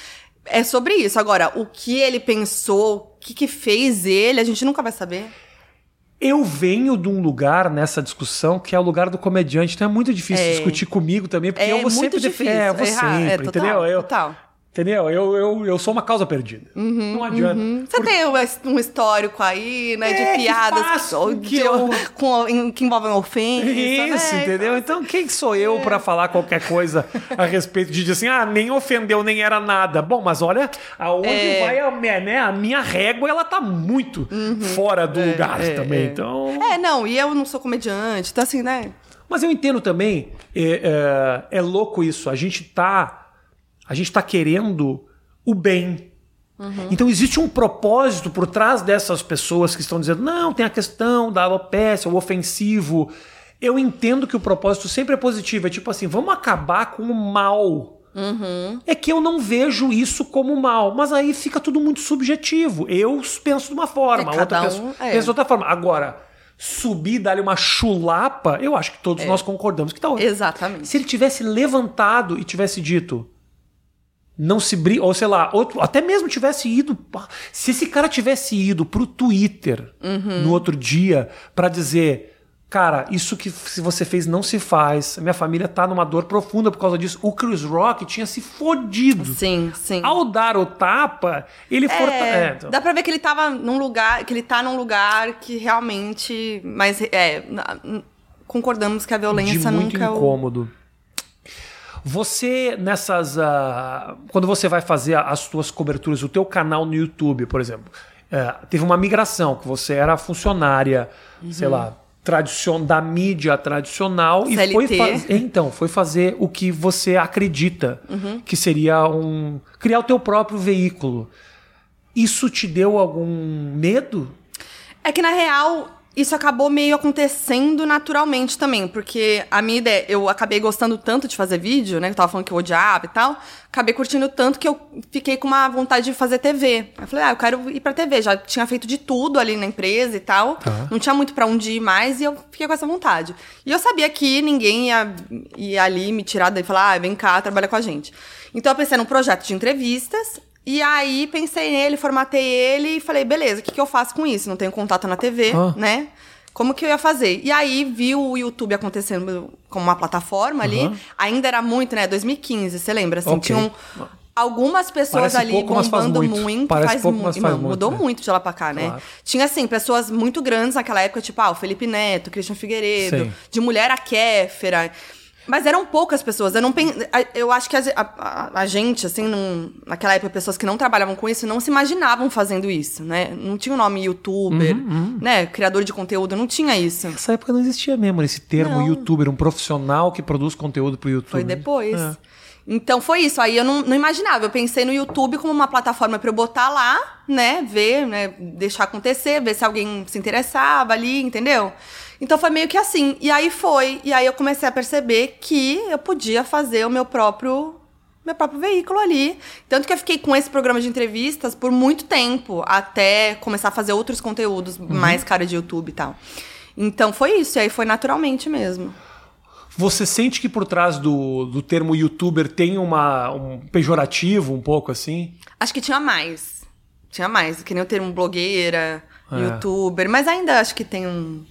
é sobre isso. Agora, o que ele pensou, o que, que fez ele, a gente nunca vai saber. Eu venho de um lugar nessa discussão que é o lugar do comediante. Então é muito difícil É. discutir comigo também, porque é eu vou muito sempre difícil. defender. É, eu vou errar. sempre, é, total, entendeu? Eu, Total. Uhum, Entendeu? Eu, eu, eu sou uma causa perdida. não adianta. Você tem um um histórico aí, né, É, de que piadas faço de- que eu- com- em- que envolvem ofensa. Isso, né? É. entendeu? Então, quem sou eu pra falar qualquer coisa a respeito de dizer assim, ah, nem ofendeu, nem era nada. Bom, mas olha, aonde É. vai a, minha- né, a minha régua, ela tá muito fora do lugar Uhum. é, também. é. Então. É, não, e eu não sou comediante, então assim, né? Mas eu entendo também, é, é, é louco isso. A gente tá. A gente tá querendo o bem. Uhum. Então existe um propósito por trás dessas pessoas que estão dizendo, não, tem a questão da alopecia, o ofensivo. Eu entendo que o propósito sempre é positivo. É tipo assim, vamos acabar com o mal. Uhum. É que eu não vejo isso como mal, mas aí fica tudo muito subjetivo. Eu penso de uma forma, É, a outra cada pessoa um, é. pensa de outra forma. Agora, subir, dar-lhe uma chulapa, eu acho que É. todos nós concordamos que tá ótimo. Exatamente. Se ele tivesse levantado e tivesse dito não se briga, ou sei lá, outro, até mesmo tivesse ido, se esse cara tivesse ido pro Twitter Uhum. no outro dia pra dizer, cara, isso que se você fez não se faz, minha família tá numa dor profunda por causa disso, o Chris Rock tinha se fodido. Sim, sim. Ao dar o tapa, ele É, forta- é, então. Dá pra ver que ele tava num lugar. Que ele tá num lugar que realmente. Mas é. na- n- Concordamos que a de violência muito nunca. é o- incômodo. Você, nessas. ah, quando você vai fazer as suas coberturas, o teu canal no YouTube, por exemplo, eh, teve uma migração, que você era funcionária, Uhum. sei lá, tradicion, da mídia tradicional e CLT. foi fazer. Então, foi fazer o que você acredita Uhum. que seria um. criar o teu próprio veículo. Isso te deu algum medo? É que na real. Isso acabou meio acontecendo naturalmente também, porque a minha ideia, eu acabei gostando tanto de fazer vídeo, né? que Eu tava falando que eu odiava e tal. Acabei curtindo tanto que eu fiquei com uma vontade de fazer TV. Aí Eu falei, ah, eu quero ir pra TV. Já tinha feito de tudo ali na empresa e tal. Tá. Não tinha muito pra onde ir mais e eu fiquei com essa vontade. E eu sabia que ninguém ia, ia ali me tirar daí e falar, ah, vem cá, trabalha com a gente. Então eu pensei num projeto de entrevistas e aí pensei nele, formatei ele e falei, beleza, o que, que eu faço com isso? Não tenho contato na TV, Ah. né? Como que eu ia fazer? E aí vi o YouTube acontecendo como uma plataforma ali. Ainda era muito, né? 2015, você lembra? Assim, Ok. tinham algumas pessoas Parece ali pouco, mas faz bombando muito. Parece faz pouco, mu- mas e, faz mano, muito, Mudou né? muito de lá pra cá, né? Claro. Tinha, assim, pessoas muito grandes naquela época, tipo, ah, o Felipe Neto, Christian Figueiredo, Sim. de mulher a Kéfera. Mas eram poucas pessoas. Eu não pen... a- Eu acho que a, ge- a- a- a gente, assim, não- naquela época, pessoas que não trabalhavam com isso não se imaginavam fazendo isso, né? Não tinha o nome youtuber, Uhum, né? Criador de conteúdo, não tinha isso. Nessa época não existia mesmo esse termo Não. youtuber, um profissional que produz conteúdo pro YouTube. Foi depois. É. Então foi isso. Aí eu não, não imaginava. Eu pensei no YouTube como uma plataforma pra eu botar lá, né? Ver, né? Deixar acontecer, ver se alguém se interessava ali, entendeu? Então foi meio que assim. E aí foi. E aí eu comecei a perceber que eu podia fazer o meu próprio meu próprio veículo ali. Tanto que eu fiquei com esse programa de entrevistas por muito tempo, até começar a fazer outros conteúdos Uhum. mais cara de YouTube e tal. Então foi isso, e aí foi naturalmente mesmo. Você sente que por trás do, do termo youtuber tem uma, um pejorativo, um pouco assim? Acho que tinha mais. Tinha mais, que nem o termo blogueira, É. youtuber, mas ainda acho que tem um.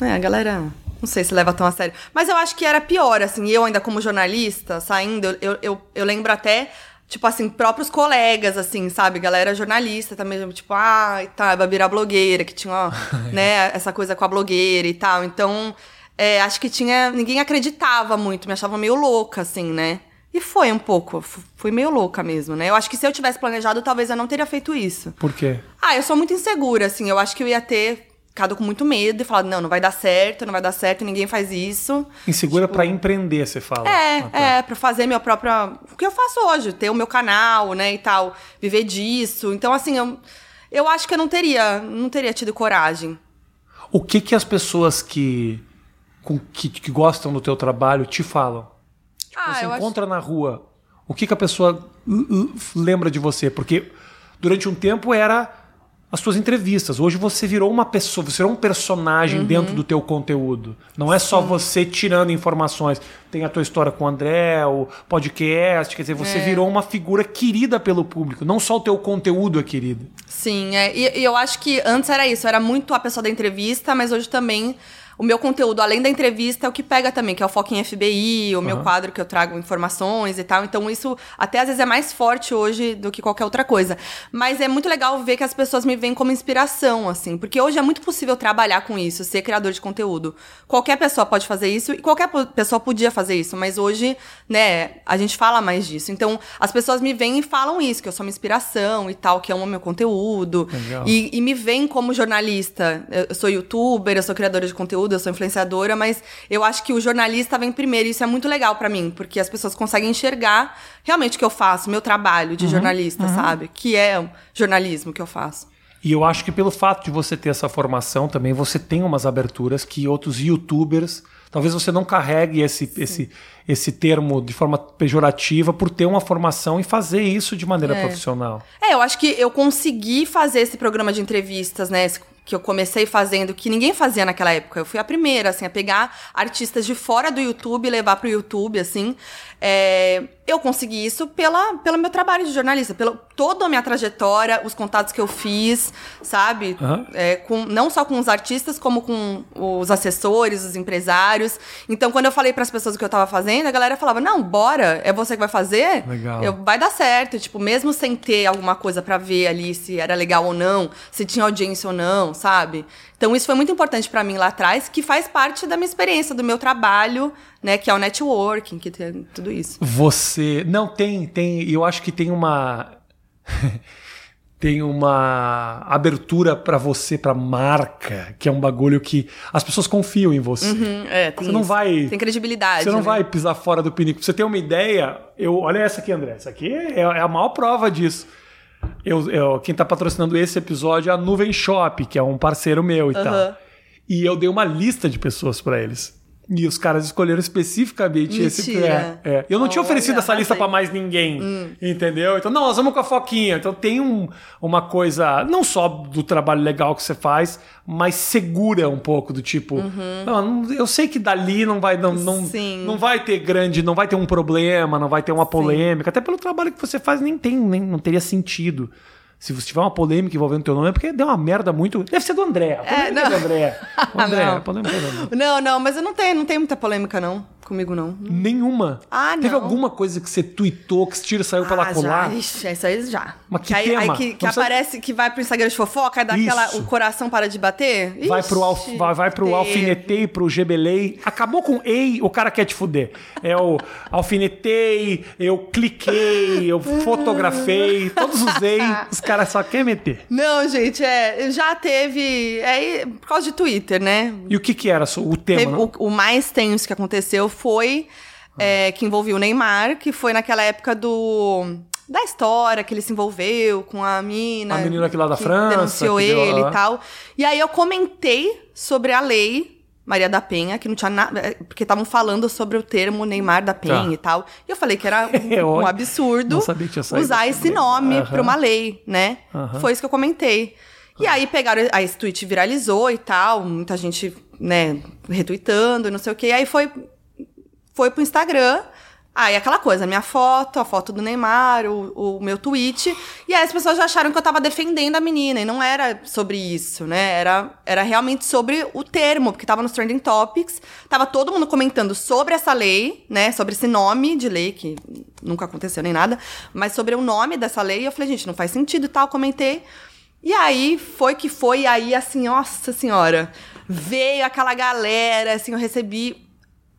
É, a galera. Não sei se leva tão a sério. Mas eu acho que era pior, assim, eu ainda como jornalista, saindo, eu, eu, eu, eu lembro até, tipo assim, próprios colegas, assim, sabe? Galera jornalista também, tipo, ah, e tá, Babira blogueira, que tinha, ó, né, essa coisa com a blogueira e tal. Então, é, acho que tinha. Ninguém acreditava muito, me achava meio louca, assim, né? E foi um pouco, eu fu- fui meio louca mesmo, né? Eu acho que se eu tivesse planejado, talvez eu não teria feito isso. Por quê? Ah, eu sou muito insegura, assim. Eu acho que eu ia ter ficado com muito medo e falado, não, não vai dar certo, não vai dar certo, ninguém faz isso. Insegura pra empreender, você fala. Tipo, É, Ah, tá. é, pra fazer minha própria. O que eu faço hoje, ter o meu canal, né, e tal, viver disso. Então, assim, eu, eu acho que eu não teria, não teria tido coragem. O que que as pessoas que, com- que, que gostam do teu trabalho te falam? ah, Tipo, você eu acho. encontra na rua, o que que a pessoa uh, uh, lembra de você? Porque durante um tempo era as suas entrevistas. Hoje você virou uma pessoa, você virou um personagem Uhum. dentro do teu conteúdo. Não é só você tirando informações. Tem a tua história com o André, o podcast, quer dizer, você É. virou uma figura querida pelo público. Não só o teu conteúdo é querido. Sim, é, e, e eu acho que antes era isso, era muito a pessoa da entrevista, mas hoje também o meu conteúdo, além da entrevista, é o que pega também, que é o foco em FBI, o meu quadro que eu trago informações e tal. Então isso até às vezes é mais forte hoje do que qualquer outra coisa. Mas é muito legal ver que as pessoas me veem como inspiração, assim, porque hoje é muito possível trabalhar com isso, ser criador de conteúdo. Qualquer pessoa pode fazer isso e qualquer po- pessoa podia fazer isso, mas hoje, né, a gente fala mais disso. Então, as pessoas me veem e falam isso, que eu sou uma inspiração e tal, que amo meu conteúdo. Legal. E, e me veem como jornalista. Eu eu sou youtuber, eu sou criadora de conteúdo, eu sou influenciadora, mas eu acho que o jornalista vem primeiro. e Isso é muito legal pra mim, porque as pessoas conseguem enxergar realmente o que eu faço, meu trabalho de jornalista, sabe? Que é o jornalismo que eu faço. E eu acho que pelo fato de você ter essa formação também, você tem umas aberturas que outros youtubers Talvez você não carregue esse, esse, esse termo de forma pejorativa por ter uma formação e fazer isso de maneira É. profissional. É, eu acho que eu consegui fazer esse programa de entrevistas, né? esse que eu comecei fazendo, que ninguém fazia naquela época. Eu fui a primeira, assim, a pegar artistas de fora do YouTube e levar pro YouTube, assim. É, eu consegui isso pela, pelo meu trabalho de jornalista, pela toda a minha trajetória, os contatos que eu fiz, sabe? Aham. É, com, não só com os artistas, como com os assessores, os empresários. Então, quando eu falei para as pessoas o que eu tava fazendo, a galera falava: Não, bora, é você que vai fazer? Legal. Eu, vai dar certo, tipo, mesmo sem ter alguma coisa pra ver ali se era legal ou não, se tinha audiência ou não, sabe? Então isso foi muito importante pra mim lá atrás, que faz parte da minha experiência, do meu trabalho, né, que é o networking, que tem tudo isso. Você. Não, tem, tem. Eu acho que tem uma. tem uma abertura pra você, pra marca, que é um bagulho que as pessoas confiam em você. Hum, é, tem Você não isso. vai- tem credibilidade. Você não né? vai pisar fora do pinico. Pra você ter uma ideia, eu, olha essa aqui, André. Essa aqui é, é a maior prova disso. Eu, eu- quem tá patrocinando esse episódio é a Nuvem Shop, que é um parceiro meu e tal. Aham. E eu dei uma lista de pessoas pra eles. E os caras escolheram especificamente esse. Mentira. É, é. Eu não tinha Olha, oferecido essa lista arrasei. pra mais ninguém. Hum. Entendeu? Então, não, nós vamos com a Foquinha. Então tem um- uma coisa, não só do trabalho legal que você faz, mas segura um pouco do tipo. "Não, não, eu sei que dali não vai, não, não, Uhum. Sim. não vai ter grande, não vai ter um problema, não vai ter uma polêmica. Até pelo trabalho que você faz, nem tem, nem, não teria sentido. Se você tiver uma polêmica envolvendo teu nome, é porque deu uma merda muito. Deve ser do André. A polêmica é, não. do André. O André, Não. a polêmica é do André. Não, não, mas eu não tenho, não tem muita polêmica não comigo não. Nenhuma. Ah, Teve não. alguma coisa que você tuitou, que esse tiro saiu Ah, pela colar? Já, ixi, é isso aí já. Mas que aí, tema? aí que, que Não precisa- aparece, que vai pro Instagram de fofoca, aí dá aquela, Isso. o coração para de bater. Ixi, Vai pro, alf, vai, vai pro tem- alfinetei, pro gebelei. Acabou com ei, o cara quer te fuder. É o alfinetei, eu cliquei, eu fotografei, todos os ei, os caras só querem meter. Não, gente, é, já teve. É, por causa de Twitter, né? E o que que era o Teve- tema? né? Ah. o, o mais tenso que aconteceu foi é, que envolveu o Neymar, que foi naquela época do. Da história que ele se envolveu com a mina. A menina que lá da que França, Denunciou que deu- ele ah. e tal. E aí eu comentei sobre a lei Maria da Penha, que não tinha nada. Porque estavam falando sobre o termo Neymar da Penha Tá. e tal. E eu falei que era É, um, olha, absurdo não sabia que tinha saído usar esse esse nome Aham. pra uma lei, né? Aham. Foi isso que eu comentei. E aí pegaram, aí esse tweet viralizou e tal, muita gente, né, retweetando, não sei o quê. E aí foi, foi pro Instagram, aí aquela coisa, minha foto, a foto do Neymar, o, o meu tweet. E aí as pessoas já acharam que eu tava defendendo a menina, e não era sobre isso, né? Era, era realmente sobre o termo, porque tava nos Trending Topics, tava todo mundo comentando sobre essa lei, né, sobre esse nome de lei, que nunca aconteceu nem nada, mas sobre o nome dessa lei. E eu falei, gente, não faz sentido e tal, comentei. E aí foi que foi, e aí assim, nossa senhora, veio aquela galera, assim, eu recebi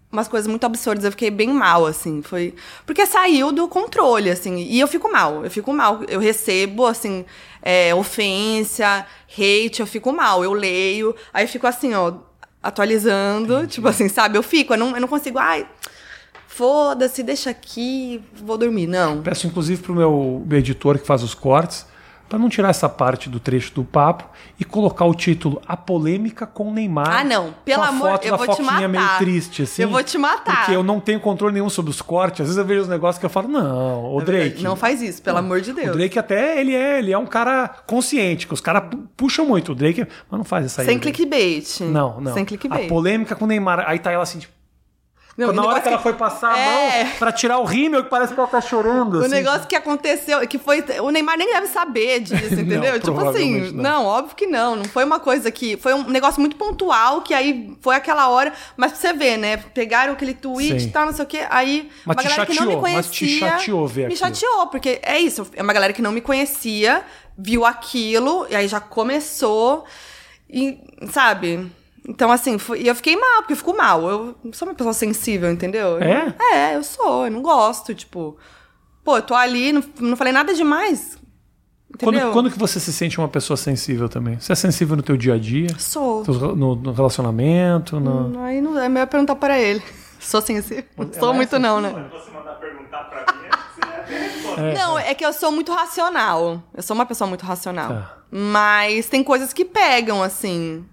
umas coisas muito absurdas, eu fiquei bem mal, assim, foi... Porque saiu do controle, assim, e eu fico mal, eu fico mal, eu recebo, assim, é, ofensa, hate, eu fico mal, eu leio, aí eu fico assim, ó, atualizando, tipo assim, sabe, eu fico, eu não, eu não consigo, ai, foda-se, deixa aqui, vou dormir, não. Peço inclusive pro meu meu editor que faz os cortes, pra não tirar essa parte do trecho do papo e colocar o título A Polêmica com Neymar. Ah, não. Pelo com a amor- foto eu da vou te foquinha matar. meio triste, assim. Eu vou te matar. Porque eu não tenho controle nenhum sobre os cortes. Às vezes eu vejo os negócios que eu falo, não, o Drake. Não faz isso, pelo amor de Deus. O Drake até, ele é, ele é um cara consciente, que os caras pu- puxam muito. O Drake, mas não faz essa tá aí. Sem o Drake. clickbait. Não, não. Sem A clickbait. polêmica com o Neymar. Aí tá ela assim, tipo, Não, o na hora negócio que ela foi passar a É. mão pra tirar o rímel, que parece que ela tá chorando. O assim. negócio que aconteceu, que foi. O Neymar nem deve saber disso, entendeu? tipo provavelmente assim, não. não. óbvio que não. Não foi uma coisa que. Foi um negócio muito pontual, que aí foi aquela hora. Mas pra você ver, né? Pegaram aquele tweet Sim. e tal, não sei o quê. Aí Mas uma te galera que não me chateou, mas te conhecia. chateou ver Me aquilo. chateou, porque é isso. É uma galera que não me conhecia, viu aquilo, e aí já começou. E, sabe? Então, assim, foi- e eu fiquei mal, porque eu fico mal. Eu sou uma pessoa sensível, entendeu? É? É, eu sou, eu não gosto, tipo. Pô, eu tô ali, não, não falei nada demais. Entendeu? Quando, quando que você se sente uma pessoa sensível também? Você é sensível no teu dia a dia? Sou. Teus re- No, no relacionamento? No... Aí não é melhor perguntar pra ele. Sou sensível. Não sou é muito, não, né? Quando você mandar perguntar pra mim, você até responde. Não, é que eu sou muito racional. Eu sou uma pessoa muito racional. Tá. Mas tem coisas que pegam, assim.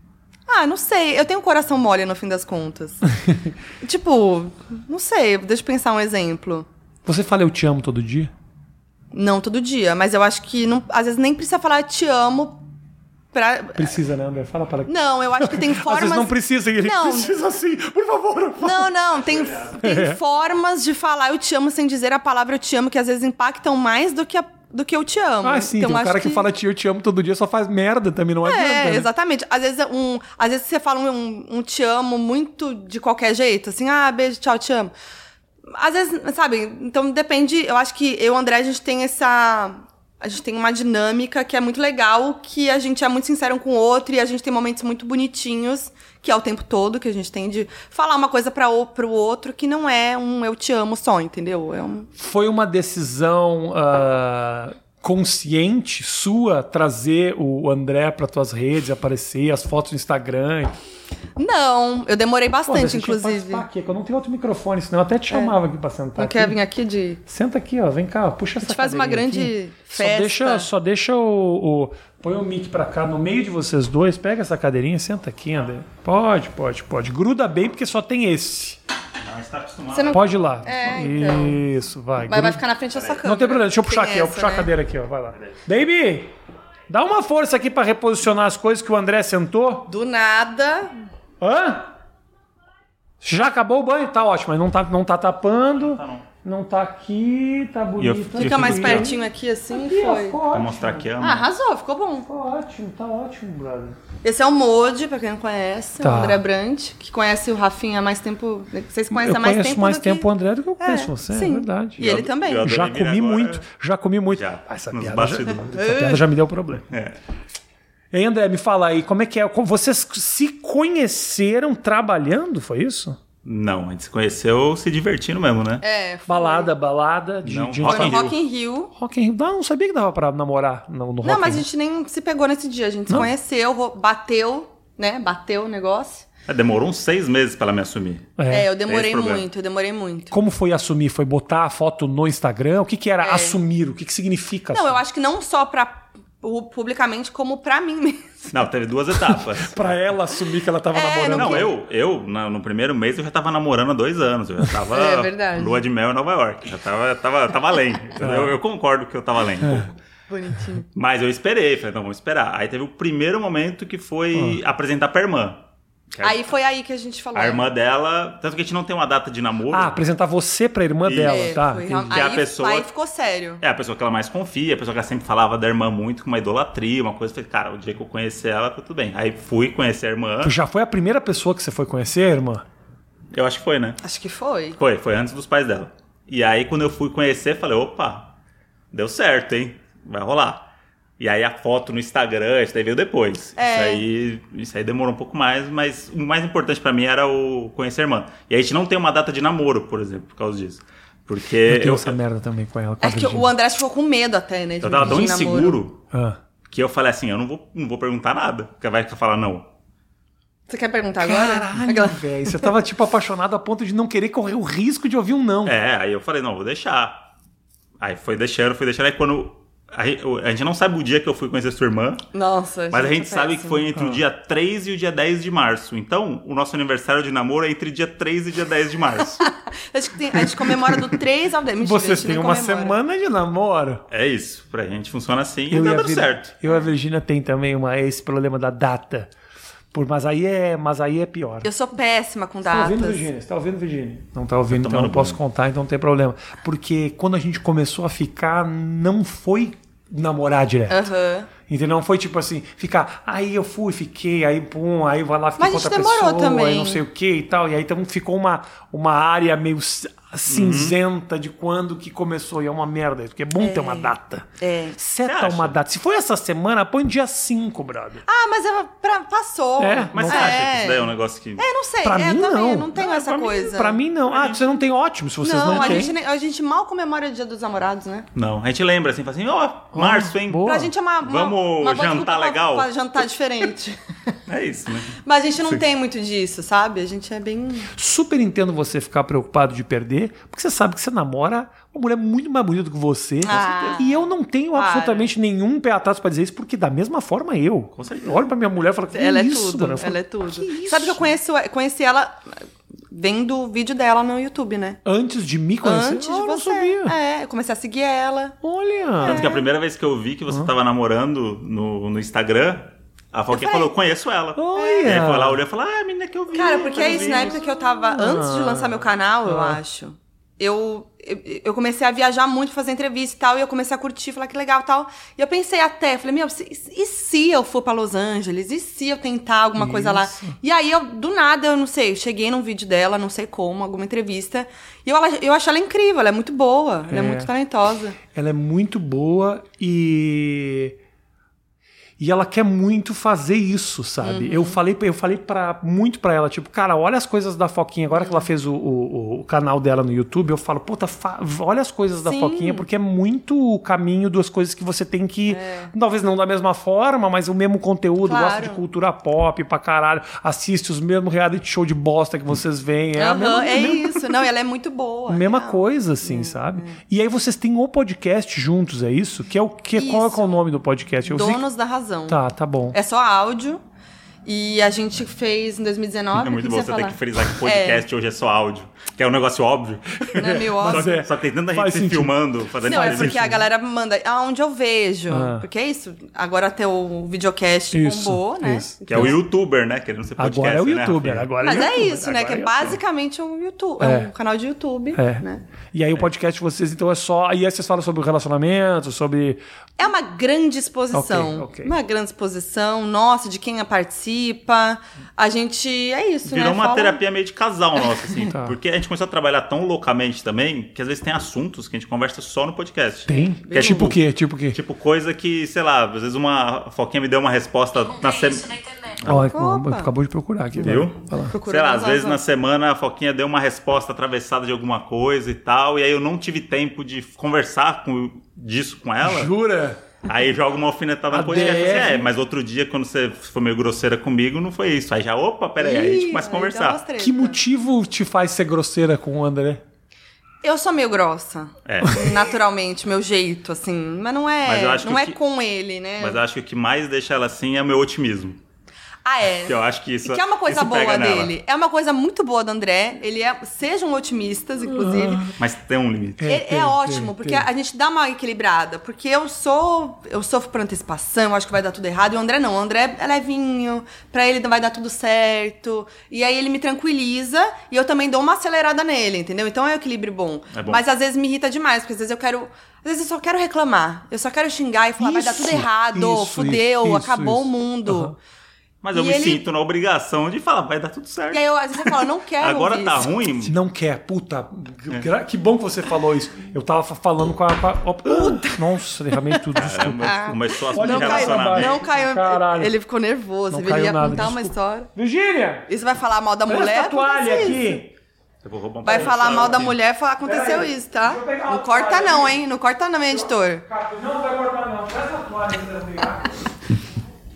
Ah, não sei. Eu tenho um coração mole no fim das contas. tipo, não sei. Deixa eu pensar um exemplo. Você fala eu te amo todo dia? Não todo dia, mas eu acho que não- às vezes nem precisa falar te amo pra. Precisa, né, André? Fala para. Não, eu acho que tem Às formas. vezes não precisa, e ele Não. precisa sim, por favor. Não, não, tem, É. tem formas de falar eu te amo sem dizer a palavra eu te amo, que às vezes impactam mais do que, a- do que eu te amo. Ah, sim, então, tem um acho cara que... fala te eu te amo todo dia só faz merda também, não adianta. É, né? exatamente. Às vezes, um, às vezes você fala um, um- um te amo muito de qualquer jeito, assim, ah, beijo, tchau, te amo. Às vezes, sabe? Então depende. Eu acho que eu e o André, a gente tem essa. A gente tem uma dinâmica que é muito legal, que a gente é muito sincero um com o outro e a gente tem momentos muito bonitinhos, que é o tempo todo que a gente tem de falar uma coisa para o pro outro que não é um eu te amo só, entendeu? É um. Foi uma decisão ah, consciente sua trazer o André para tuas redes, aparecer, as fotos no Instagram. Não, eu demorei Pô, bastante, você tinha que inclusive. É. participar aqui, é que eu não tenho outro microfone, senão eu até te chamava aqui pra sentar. Não aqui. quer vir aqui de. Senta aqui, ó. Vem cá, ó, puxa essa é- A gente faz uma cadeirinha grande aqui. Só festa. deixa, só deixa o, o- Põe o mic pra cá no meio de vocês dois. Pega essa cadeirinha, senta aqui, André. Pode, pode, pode. Gruda bem, porque só tem esse. Não, está Ah, tá acostumado. Você não Pode ir lá. É, então. Isso, vai. Vai, vai gruda. ficar na frente dessa câmera. Não tem problema, deixa eu puxar Tem aqui, eu essa, puxar a né? cadeira aqui, ó. Vai lá. Baby! Dá uma força aqui pra reposicionar as coisas que o André sentou. Do nada. Hã? Já acabou o banho? Tá ótimo, mas não tá, não tá tapando. Tá, não. Não tá aqui, tá eu- bonito. Tá eu Fica mais Sim. pertinho aqui assim Aqui, ó, foi. ficou Pra ótimo. mostrar que Ah, ama. arrasou, ficou bom. Ficou ótimo, tá ótimo, brother. Esse é o Mode, pra quem não conhece, Tá. o André Brandt, que conhece o Rafinha há mais tempo. Vocês conhecem eu há é mais conheço tempo. mais do tempo que... o André do que eu É, conheço você, é sim. verdade. E ele também. eu adorei Já vir comi agora. muito, já comi muito. Já, Ah, essa, nos piada já, bastidores. essa piada já me deu problema. É. Ei, André, me fala aí, como é que é? Como Vocês se conheceram trabalhando, foi isso? Não, a gente se conheceu se divertindo mesmo, né? É, foi Balada, balada, de, Não, de um Rock no in Rio. Rock in Rio. Rock in Rio. Não, não sabia que dava pra namorar no, no Rock Não, mas in a Rio. gente nem se pegou nesse dia, a gente se Não. conheceu, ro- bateu, né? Bateu o negócio. É, Demorou uns seis meses pra ela me assumir. É. É, eu esse demorei problema. muito, eu demorei muito. Como foi assumir? Foi botar a foto no Instagram? O que que era É. assumir? O que que significa? Não, eu assumir? acho que não só pra pu- publicamente, como pra mim mesmo. Não, teve duas etapas. Pra ela assumir que ela tava É, namorando. Não, Não, eu, eu na- no primeiro mês eu já tava namorando há dois anos. Eu já tava É verdade. lua de mel em Nova York. Já tava, tava, tava além. Eu, É. eu concordo que eu tava além. um pouco. Bonitinho. Mas eu esperei, falei, não, vamos esperar. Aí teve o primeiro momento que foi Ah. apresentar pra irmã. Que a- Aí foi aí que a gente falou. né? a irmã dela. Tanto que a gente não tem uma data de namoro. Ah, apresentar você pra irmã Isso. dela, É, tá? foi entendi. real- Que a aí, pessoa- aí ficou sério. É a pessoa que ela mais confia, a pessoa que ela sempre falava da irmã muito, com uma idolatria, uma coisa. Eu Falei, cara, o dia que eu conhecer ela, tá tudo bem. Aí fui conhecer a irmã. Tu já foi a primeira pessoa que você foi conhecer, irmã? Eu acho que foi, né? Acho que foi. Foi, foi antes dos pais dela. E aí, quando eu fui conhecer, falei, opa, deu certo, hein? Vai rolar. E aí a foto no Instagram, isso daí veio depois. É. Isso, aí, isso aí demorou um pouco mais, mas o mais importante pra mim era o conhecer a irmã. E a gente não tem uma data de namoro, por exemplo, por causa disso. Eu Porque tenho É, eu, essa merda também com ela. com a É que Virgínia. o André ficou com medo até, né? De eu tava tão de namoro. inseguro Ah. que eu falei assim, eu não vou, não vou perguntar nada. Porque vai falar não. Você quer perguntar agora? Caralho, Aquela- velho. Você tava, tipo, apaixonado a ponto de não querer correr o risco de ouvir um não. É, aí eu falei, não, vou deixar. Aí foi deixando, foi deixando. Aí quando... A gente- a gente não sabe o dia que eu fui conhecer sua irmã. Nossa. Mas a é gente sabe que péssimo. foi entre o dia 3 e o dia 10 de março. Então, o nosso aniversário de namoro é entre dia 3 e dia 10 de março. Acho que tem- a gente comemora do 3 ao 10. Mentira, a Vocês gente têm nem uma comemora. semana de namoro. é isso. Pra gente funciona assim e tá a dando Vir- certo. Eu e a Virgínia tem também uma, esse problema da data. Por, mas aí é, mas aí é pior. Eu sou péssima com Tá datas. ouvindo, Virgínia? Você tá ouvindo, Virgínia? Não tá ouvindo, então tomando não posso banho. contar, então não tem problema. Porque quando a gente começou a ficar, não foi namorar direto. Aham. Entendeu? Não foi tipo assim, ficar, aí eu fui, fiquei, aí pum, aí vai lá, fiquei Mas com a gente outra demorou pessoa, aí também. não sei o que e tal. E aí então ficou uma, uma área meio c- cinzenta de quando que começou. E é uma merda, porque é bom ter uma data. É. Seta Você acha? uma data. Se foi essa semana, põe dia 5, brother. Ah, mas eu, pra, passou. É, Mas Não- você acha que isso daí é um não... negócio que. É, não sei. Pra é, mim, também, não. Eu não tenho essa pra mim- coisa. pra mim, não. Ah, você não tem ótimo, se vocês não, não, a têm. gente, nem- a gente mal comemora o dia dos namorados, né? Não, a gente lembra assim, fala assim, ó, março, hein? boa. Pra gente é uma, uma, Vamos vamos Uma boa jantar desculpa pra- legal? Pra jantar diferente. É isso, né? Mas a gente não Sim. tem muito disso, sabe? A gente é bem. Super entendo você ficar preocupado de perder, porque você sabe que você namora uma mulher muito mais bonita do que você. Ah, e eu não tenho para. absolutamente nenhum pé atrás pra dizer isso, porque da mesma forma eu. Com certeza. Eu olho pra minha mulher e falo, que Ela é isso, tudo. mano? Eu falo, ela é tudo. "Que Sabe que eu isso?" conheço, conheci ela eh, vendo o vídeo dela no YouTube, né? Antes de me conhecer, Antes Ah, eu de não você. sabia. É, eu comecei a seguir ela. Olha. É. Tanto que a primeira vez que eu vi que você tava namorando no, no Instagram, a Foquinha falou, eu conheço ela. Olha. E aí foi lá, olhou e falou, ah, a menina que eu vi. Cara, porque é isso, na né? época que eu tava. Antes Ah. de lançar meu canal, eu acho. Eu, eu, eu comecei a viajar muito, fazer entrevista e tal, e eu comecei a curtir, falar que legal e tal. E eu pensei até, falei, meu, se- e se eu for pra Los Angeles? E se eu tentar alguma coisa lá? E aí, eu, do nada, eu não sei, eu cheguei num vídeo dela, não sei como, alguma entrevista. E eu, ela- eu acho ela incrível, ela é muito boa, ela é É. muito talentosa. Ela é muito boa e. E ela quer muito fazer isso, sabe? Uhum. Eu falei, eu falei pra, muito pra ela, tipo, cara, olha as coisas da Foquinha. Agora que ela fez o, o- o canal dela no YouTube, eu falo, puta, fa- olha as coisas da Sim. Foquinha, porque é muito o caminho das coisas que você tem que. Talvez não da mesma forma, mas o mesmo conteúdo. É. Claro. Gosta de cultura pop pra caralho. Assiste os mesmos reality show de bosta que vocês veem. É a Aham, mesma, é mesma isso. Não, ela é muito boa. Mesma real. coisa, É, assim, sabe? E aí vocês têm o podcast juntos, é isso? Que é o que? Qual é, Isso. que é o nome do podcast? Eu sei que- Donos da razão. Tá, tá bom. É só áudio. E a gente fez em 2019. É muito o bom que você você ter falar? que frisar que podcast hoje é só áudio. Que é um negócio óbvio. Não é meio Só óbvio. que, é, só que tem tanta gente faz se sentido. filmando, fazendo Não, é entrevista. porque a galera manda aonde eu vejo. Ah. Porque é isso. Agora até o videocast Isso, bombou, né? isso. Que é o youtuber, né? Querendo ser podcast. Agora é o né, youtuber, Rafinha? agora Mas é é youtuber, isso, né? agora Que é youtuber. basicamente um YouTube, é, um É. canal de YouTube, É. né? E aí o podcast de vocês, então, é só. Aí vocês falam sobre o relacionamento, sobre. É uma grande exposição. Ok, ok. Uma grande exposição, nossa, de quem participa. A gente. É isso, né? Virou uma Fala- terapia meio de casal nossa, assim. Tá. Porque a gente começou a trabalhar tão loucamente também, que às vezes tem assuntos que a gente conversa só no podcast. Tem? Que é um tipo o quê? Tipo o quê? Tipo, coisa que, sei lá, às vezes uma a Foquinha me deu uma resposta Não na tem semana. isso né? na internet. Ó, é que Opa. eu- acabou de procurar aqui, Viu? né? Olha lá. Procura Sei lá, nas às vezes razões. na semana a Foquinha deu uma resposta atravessada de alguma coisa e tal, e aí eu não tive tempo de conversar com, disso com ela. Jura? Aí joga uma alfinetada A no podcast. DR. Assim, é, mas outro dia, quando você foi meio grosseira comigo, não foi isso. Aí já, opa, peraí, aí a Ih, gente começa a aí dá umas conversar. treta. Que motivo te faz ser grosseira com o André? Eu sou meio grossa. É. Naturalmente, meu jeito, assim. Mas não é. Mas eu acho que não o é que- com ele, né? Mas eu acho que o que mais deixa ela assim é o meu otimismo. Ah, é. Que eu acho que isso E que é uma coisa isso pega boa nela. dele. É uma coisa muito boa do André. Ele é. Sejam otimistas, inclusive. Mas tem um limite. É, É, tem, é ótimo, tem, porque tem. a gente dá uma equilibrada. Porque eu sou. Eu sofro por antecipação, eu acho que vai dar tudo errado. E o André não. O André é levinho, pra ele vai dar tudo certo. E aí ele me tranquiliza e eu também dou uma acelerada nele, entendeu? Então é um equilíbrio bom. É bom. Mas às vezes me irrita demais, porque às vezes eu quero. Às vezes eu só quero reclamar. Eu só quero xingar e falar, vai dar Isso, tudo errado, isso, fudeu, isso, acabou isso. o mundo. Aham. Mas eu E me ele- sinto na obrigação de falar, vai dar tudo certo. E aí eu, às vezes eu falo, não quero. Agora ouvir tá isso. ruim. Se não quer, puta. É. gra- Que bom que você falou isso. Eu tava fa- falando com a. Com a ó, Nossa, derramei tudo, desculpa. Ah. Caramba, Começou a Olha, de Não Não caiu caiu, abaixo. relacionamento. não caiu. Caralho. Ele ficou nervoso. Não ele ia caiu nada, contar uma desculpa. história. Virgínia! Isso vai falar mal da Presta mulher? é assim. a toalha acontece isso. aqui! Eu vou roubar um Vai pouco falar de mal da aqui. mulher, fala, aconteceu Peraí, isso, tá? deixa eu pegar uma Não corta toalha não, aqui. hein? Não corta não, hein, editor. Não vai cortar, não. Presta a toalha pra pegar.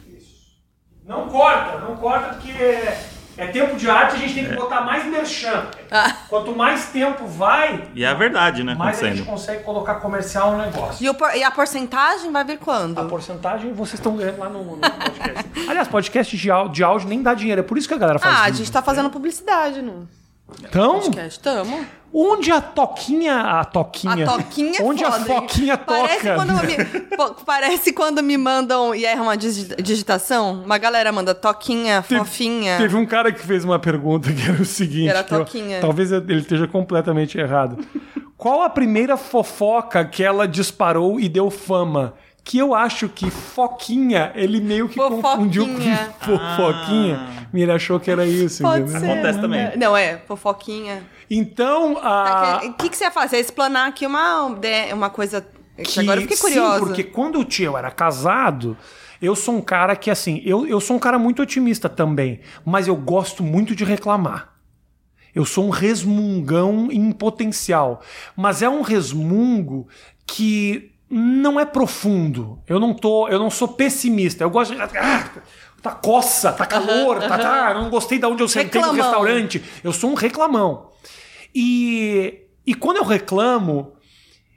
Isso. Não corta, não corta, porque é, é tempo de arte, a gente tem que botar mais merchan. Ah. Quanto mais tempo vai, E é a verdade, né, mais a gente acontecendo. consegue colocar comercial no negócio. E, o por- e a porcentagem vai vir A quando? Ah, porcentagem vocês estão ganhando lá no, no podcast. Aliás, podcast de, áudio- de áudio nem dá dinheiro, é por isso que a galera faz Ah, é. a isso. gente tá fazendo publicidade no Então, podcast, tamo. onde a toquinha. A A toquinha. toquinha é Onde foda, a hein? foquinha parece toca. Quando me, po- parece quando me mandam, e aí é uma digi- digitação, uma galera manda toquinha, Teve- fofinha. Teve um cara que fez uma pergunta que era o seguinte: É. Era que eu- Toquinha. talvez ele esteja completamente errado. Qual a primeira fofoca que ela disparou e deu fama? Que eu acho que foquinha, ele meio que Fofoquinha. Ah. confundiu com fofoquinha. E Ele achou que era isso, Pode entendeu? ser. Acontece manda- também. Não, é, fofoquinha. Então, a. O Tá, que, que você ia falar? Você ia explanar aqui uma, de- uma coisa. É Que agora eu fiquei sim, curiosa. porque quando o tio era casado, eu sou um cara que, assim, eu, eu sou um cara muito otimista também, mas eu gosto muito de reclamar. Eu sou um resmungão em potencial. Mas é um resmungo que não é profundo. Eu não tô, eu não sou pessimista. Eu gosto de ah, tá coça, tá calor, tá, tá, eu não gostei de onde eu sentei no Reclamão. restaurante. Eu sou um reclamão. E e quando eu reclamo,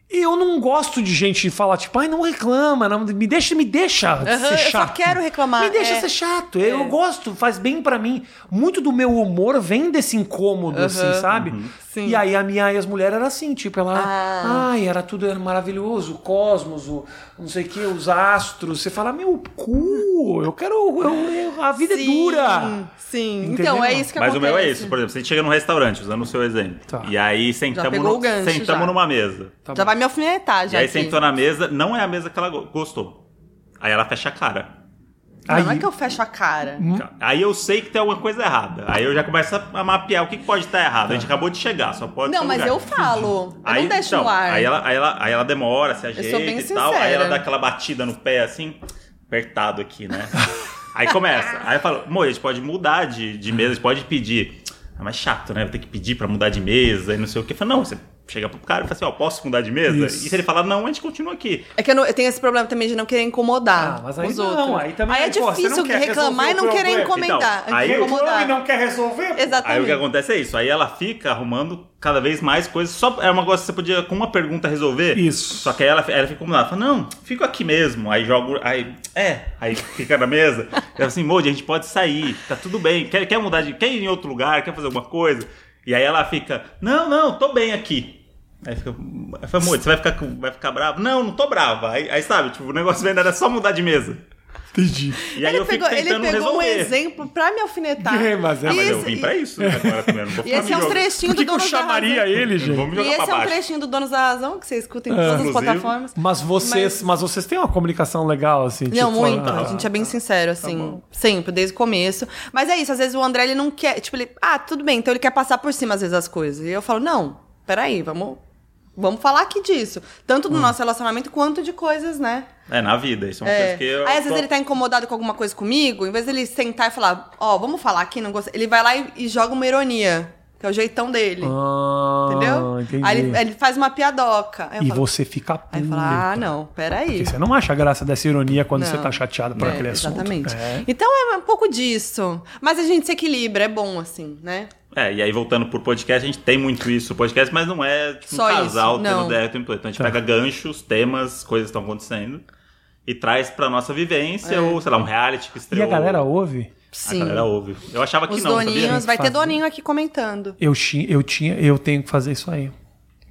eu não gosto de gente falar tipo, ai, não reclama, não- me deixa, me deixa Aham, ser eu só chato. quero reclamar, Me deixa é. ser chato. Eu gosto, faz bem pra mim. Muito do meu humor vem desse incômodo, assim, sabe? Sim. E aí a minha ex-mulher era assim, tipo, ela. Ah. Ai, era tudo era maravilhoso, o cosmos, o não sei o que, os astros. Você fala, meu cu, eu quero. eu- eu- a vida é dura. Sim. Entendeu? Então, é isso que Mas o acontece. meu é isso, por exemplo, se a gente chega num restaurante, usando o seu exemplo, Tá. e aí sentamos, pegou no- o gancho, sentamos já. numa mesa. Tá já bom. vai me alfinetar, e já. aí aqui. sentou na mesa, não é a mesa que ela go- gostou. Aí ela fecha a cara. Não, não Aí- é que eu fecho a cara. Aí eu sei que tem alguma coisa errada. Aí eu já começo a mapear o que que pode estar errado. A gente acabou de chegar, só pode Não, ser um mas lugar. eu falo. Eu Aí, não deixo então, no ar. Aí ela, aí, ela, aí ela demora, se ajeita sou bem e tal. Aí ela sincera. dá aquela batida no pé assim, apertado aqui, né? aí começa. Aí eu falo, amor, a gente pode mudar de, de mesa, a gente pode pedir. É mais chato, né? Vou ter que pedir pra mudar de mesa e não sei o quê. Eu falo, não, você chega pro cara e fala assim, ó, posso mudar de mesa? Isso. E se ele falar, não, a gente continua aqui. É que eu, não- eu tenho esse problema também de não querer incomodar Ah, mas aí os não, outros. aí também, é pô, você difícil não quer reclamar e resolver não o querer problema. encomendar. Então, aí eu- incomodar. quer resolver? Aí o que Exatamente. acontece é isso. Aí ela fica arrumando cada vez mais coisas. Só é uma coisa que você podia com uma pergunta resolver. Isso. Só que aí ela, ela fica incomodada. Fala, não, fico aqui mesmo. Aí joga. o- Aí, é. Aí fica na mesa. Ela fala assim, Moody, a gente pode sair. Tá tudo bem. Quer, quer mudar de. Quer ir em outro lugar? Quer fazer alguma coisa? E aí ela fica, não, não, tô bem aqui. Aí fica, aí fala, Moody, você vai ficar, com- vai ficar bravo? Não, não tô brava. Aí, aí sabe, tipo, o negócio ainda era só mudar de mesa. Entendi. E aí ele eu fico pegou, ele tentando pegou um resolver. exemplo pra me alfinetar. É, mas é- Ah, mas E eu esse- vim pra isso né, agora também. eu não vou E ficar esse me é um jogando. trechinho Por que, do que eu Donos da chamaria Razão. ele, Eu não gente? vou me E jogar pra esse é um baixo. trechinho do Donos da Razão, que você Ah. escuta em todas as Inclusive- plataformas. Mas vocês, mas... Mas- vocês têm uma comunicação legal, assim? Não, tipo, muito. ah, a gente é bem sincero, assim. sempre, desde o começo. Mas é isso, às vezes o André, ele não quer... Tipo, ele... Ah, tudo bem. Então ele quer passar por cima, às vezes, as coisas. E eu falo, não, peraí, vamos... Vamos falar aqui disso. Tanto do Hum. nosso relacionamento, quanto de coisas, né? É, na vida. Isso é uma É. coisa que eu. Aí, às vezes, tô- ele tá incomodado com alguma coisa comigo. Em vez dele sentar e falar, ó, vamos falar aqui, não gostei. Ele vai lá e, e joga uma ironia. Que é o jeitão dele. ah, entendeu? Entendi. Aí ele, ele faz uma piadoca. Aí eu E falo, você fica puto. Aí fala, ah, não, peraí. Porque você não acha graça dessa ironia quando Não. você tá chateado por É, aquele assunto. Exatamente. É. Então é um pouco disso. Mas a gente se equilibra, é bom assim, né? É, e aí voltando pro podcast, a gente tem muito isso, o podcast, mas não é tipo, um Só isso, casal não. tendo DR o tempo todo. Então a gente Tá. pega ganchos, temas, coisas que estão acontecendo e traz pra nossa vivência, ou sei lá, um reality que E estreou. a é galera ouve? É. A Sim. galera ouve. Eu achava que Os não, doninhos, vai ter Fazer. doninho aqui comentando. Eu, chi- eu tinha, eu tenho que fazer isso aí.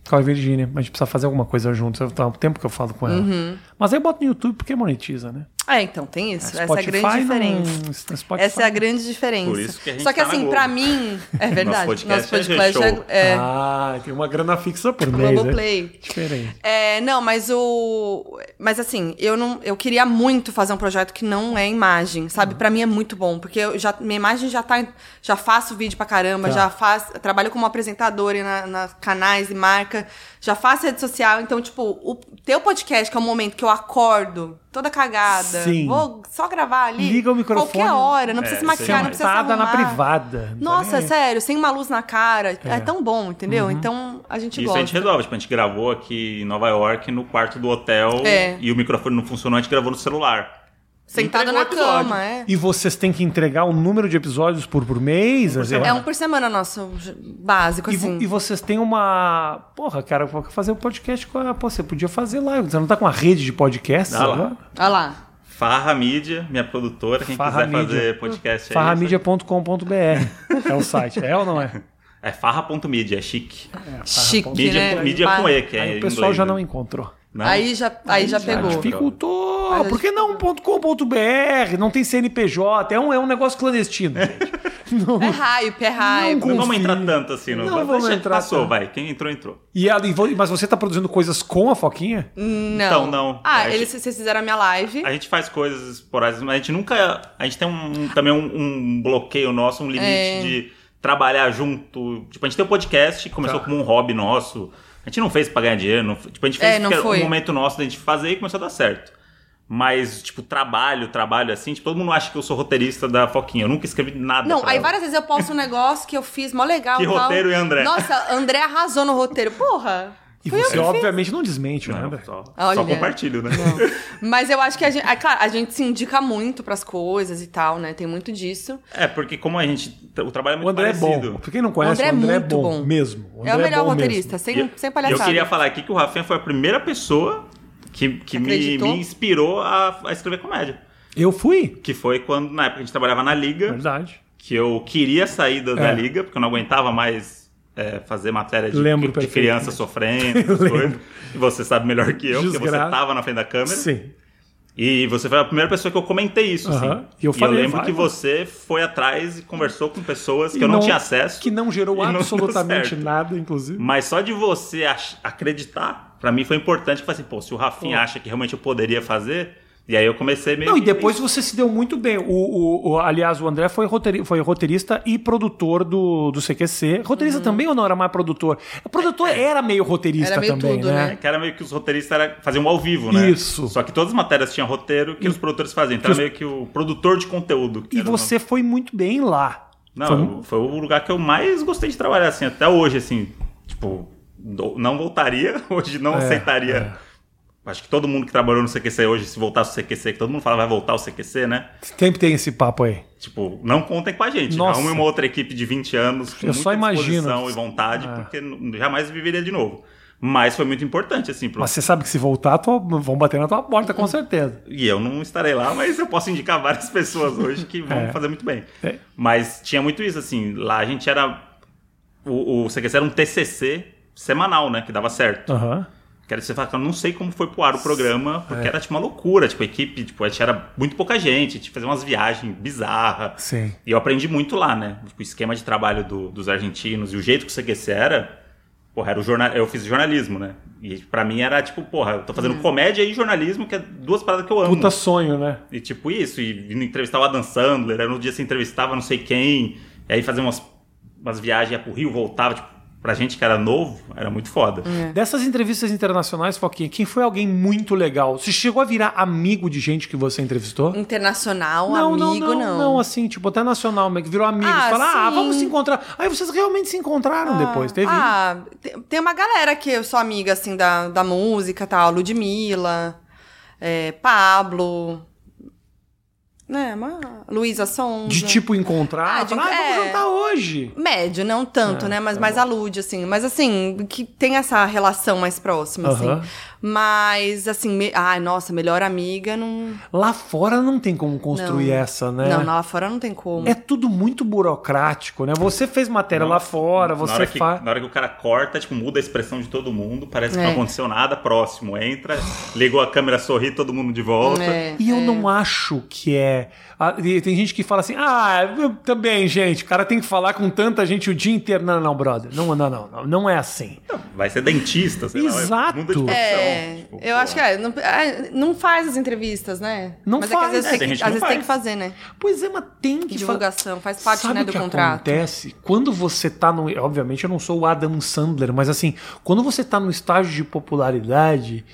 Com a Virgínia, mas a gente precisa fazer alguma coisa junto. Eu- Tá um tempo que eu falo com ela. Uhum. Mas aí eu boto no YouTube porque monetiza, né? É, então, tem isso. Essa é a Spotify grande não- diferença. Spotify. Essa é a grande diferença. Por isso que a gente Só que tá na assim, Globo. pra mim, é verdade. podcast é show. é, é Ah, tem uma grana fixa por mês. né? Globoplay. Diferente. É, não, mas o. Mas assim, eu não. Eu queria muito fazer um projeto que não é imagem, sabe? Uhum. Pra mim é muito bom, porque eu já, minha imagem já tá. em- Já faço vídeo pra caramba, Tá. já faço. Trabalho como apresentadora na, na canais e marca, já faço rede social. Então, tipo, o teu podcast, que é o momento que eu acordo, toda cagada. Sim. Vou só gravar ali. Liga o microfone. Qualquer hora, não precisa se isso aí maquiar, é não precisa se Sentada na arrumar. privada. não tá Nossa, nem aí. Uhum. sério, sem uma luz na cara. É, tão bom, entendeu? Então a gente Isso gosta. a gente resolve. Tipo, a gente gravou aqui em Nova York, no quarto do hotel, É. e o microfone não funcionou, a gente gravou no celular. Sentado Entregou na o episódio. cama, é. E vocês têm que entregar o número de episódios por, por mês? assim, É um por semana nosso básico, E, vo- assim. e vocês têm uma. Porra, cara, eu vou fazer um podcast com a. Pô, você podia fazer lá. Você não tá com uma rede de podcasts Dá Ah lá. agora? Olha lá. Farra Mídia, minha produtora, quem Farra quiser Mídia. fazer podcast é aí. Farramídia.com.br é o site. É ou não é? É farra.mídia, é chique. tá, Chique, Mídia, né? mídia Pá. com E, que é Aí em o pessoal já inglês, não né? encontrou. Não? Aí já, aí já pegou. acho que- Dificultou. Mas a Por que não .com.br? Não tem CNPJ. É um, é um negócio clandestino, gente. Não- É hype, é hype. Não Não vamos Confia. entrar tanto assim, não. Não Vai- vamos deixa- entrar Passou, tanto. vai. Quem entrou, entrou. E ela, e vo- mas você tá produzindo coisas com a Foquinha? Não. Então, não. Ah, A eles, vocês fizeram a minha live. A gente faz coisas esporádicas, mas a gente nunca. A gente tem um, também um, um bloqueio nosso, um limite É. de trabalhar junto. Tipo, a gente tem um podcast que Tá. começou como um hobby nosso. A gente não fez pra ganhar dinheiro. Não, tipo, a gente fez É, não porque foi. era um momento nosso da gente fazer e começou a dar certo. Mas, tipo, trabalho, trabalho assim, tipo, todo mundo acha que eu sou roteirista da Foquinha. Eu nunca escrevi nada. Não, pra aí ela. várias vezes eu posto um negócio que eu fiz mó legal. Que e tal. roteiro, hein, André? Nossa, André arrasou no roteiro. Porra! E eu você, que obviamente, não desmente, Não, né? só, Olha. só compartilho, né? Mas eu acho que a gente. É claro, a gente se indica muito pras coisas e tal, né? Tem muito disso. É, porque como a gente. O trabalho é muito O André é parecido. bom. Pra quem não conhece, o André, é muito bom, bom. mesmo. é o André melhor bom mesmo. roteirista, E sem, eu- sem e Eu palhaçada. queria falar aqui que o Rafinha foi a primeira pessoa que, que me, Acreditou? me inspirou a, a escrever comédia. Eu fui. Que foi quando, na época, a gente trabalhava na Liga, Verdade. que eu queria sair da, da É. Liga, porque eu não aguentava mais é, fazer matéria de, Lembro de perfeitamente. criança sofrendo, essas coisas. E você sabe melhor que eu, porque você Desgraça. tava na frente da câmera. Sim. E você foi a primeira pessoa que eu comentei isso, Aham. assim. E eu falei, lembro vai, que vai. você foi atrás e conversou com pessoas que E eu não, tinha acesso. Que não gerou e não deu absolutamente certo. nada, inclusive. Mas só de você ach- acreditar, pra mim foi importante. Que eu falei assim, pô, se o Rafinha acha que realmente eu poderia fazer, e aí eu comecei meio. Não, e que- depois você se deu muito bem. O, o- o- aliás, o André foi, roteiri- foi roteirista e produtor do, do CQC. Roteirista também ou não era mais produtor? O produtor É. era meio roteirista Uhum. Era meio também, tudo, né? né? Que era meio que os roteiristas era- faziam um ao vivo, né? Isso. Só que todas as matérias tinham roteiro que os produtores faziam. Então Que era meio que o produtor de conteúdo. que E era o você foi muito bem lá. Não, Foi eu- um- foi o lugar que eu mais gostei de trabalhar, assim, até hoje, assim, tipo, do- não voltaria, hoje não É, aceitaria. Acho que todo mundo que trabalhou no CQC hoje, se voltasse o CQC, que todo mundo fala vai voltar o CQC, né? Sempre tem esse papo aí. Tipo, não contem com a gente. Nossa. Arrume uma outra equipe de 20 anos com Eu muita só imagino. disposição e vontade, É. porque n- jamais viveria de novo. Mas foi muito importante, assim, pro... Mas você sabe que se voltar, tua- vão bater na tua porta, Uhum. com certeza. E eu não estarei lá, mas eu posso indicar várias pessoas hoje que vão É. fazer muito bem. É. Mas tinha muito isso, assim. Lá a gente era. O, o CQC era um TCC semanal, né? Que dava certo. Aham. Quero dizer, você fala que eu não sei como foi pro ar o programa, É. porque era tipo uma loucura. Tipo, a equipe, tipo, a gente era muito pouca gente, a gente fazia umas viagens bizarras. Sim. E eu aprendi muito lá, né? O esquema de trabalho do- dos argentinos e o jeito que o CQC era. Porra, era o jornal, eu fiz jornalismo, né? E pra mim era tipo, porra, eu tô fazendo comédia e jornalismo, que é duas paradas que eu amo. Uhum. Puta sonho, né? E tipo isso, e vindo entrevistar o Adam Sandler, aí no dia você entrevistava não sei quem, e aí fazia umas, umas viagens, ia pro Rio, voltava, tipo, pra gente que era novo, era muito foda. Dessas entrevistas internacionais, Foquinha, quem foi alguém muito legal? Você chegou a virar amigo de gente que você entrevistou? Internacional, não, amigo, não. não, não, assim, tipo, até nacional, meio que virou amigo. Ah, fala, ah, sim. vamos se encontrar. Aí vocês realmente se encontraram depois, teve. um? Ah, te- tem uma galera que eu sou amiga, assim, da, da música e tal. Ludmilla, é, Pablo. Né, uma... Luísa Sonza. de tipo encontrar, Ah, de- falar, ah, vamos é. jantar hoje. Médio, não tanto, Ah, né? Mas tá mais bom. alude, assim. Mas assim, que tem essa relação mais próxima, Aham. assim. Mas, assim, me... ai, nossa, melhor amiga não. Lá fora não tem como construir Não. essa, né? Não, lá fora não tem como. É tudo muito burocrático, né? Você fez matéria lá fora, na hora você que, faz. Na hora que o cara corta, tipo, muda a expressão de todo mundo, parece que É. não aconteceu nada, próximo, entra, ligou a câmera, sorri, todo mundo de volta. É, E eu é. não acho que é. Ah, e Tem gente que fala assim, ah, eu também, gente, o cara tem que falar com tanta gente o dia inteiro. Não, não, não, brother. Não, não, não, não, não é assim. Vai ser dentista, sei lá. Exato. Muda de profissão. É, Tipo, eu pô, acho que é, não, é, não faz as entrevistas, né? Não mas faz. é que às vezes, É, tem, tem que, gente que às não vezes tem que faz. fazer, né? Pois é, mas tem que falar. Divulgação, faz parte, Sabe né, o do que contrato. acontece? Quando você tá no. Obviamente, eu não sou o Adam Sandler, mas assim, quando você tá no estágio de popularidade,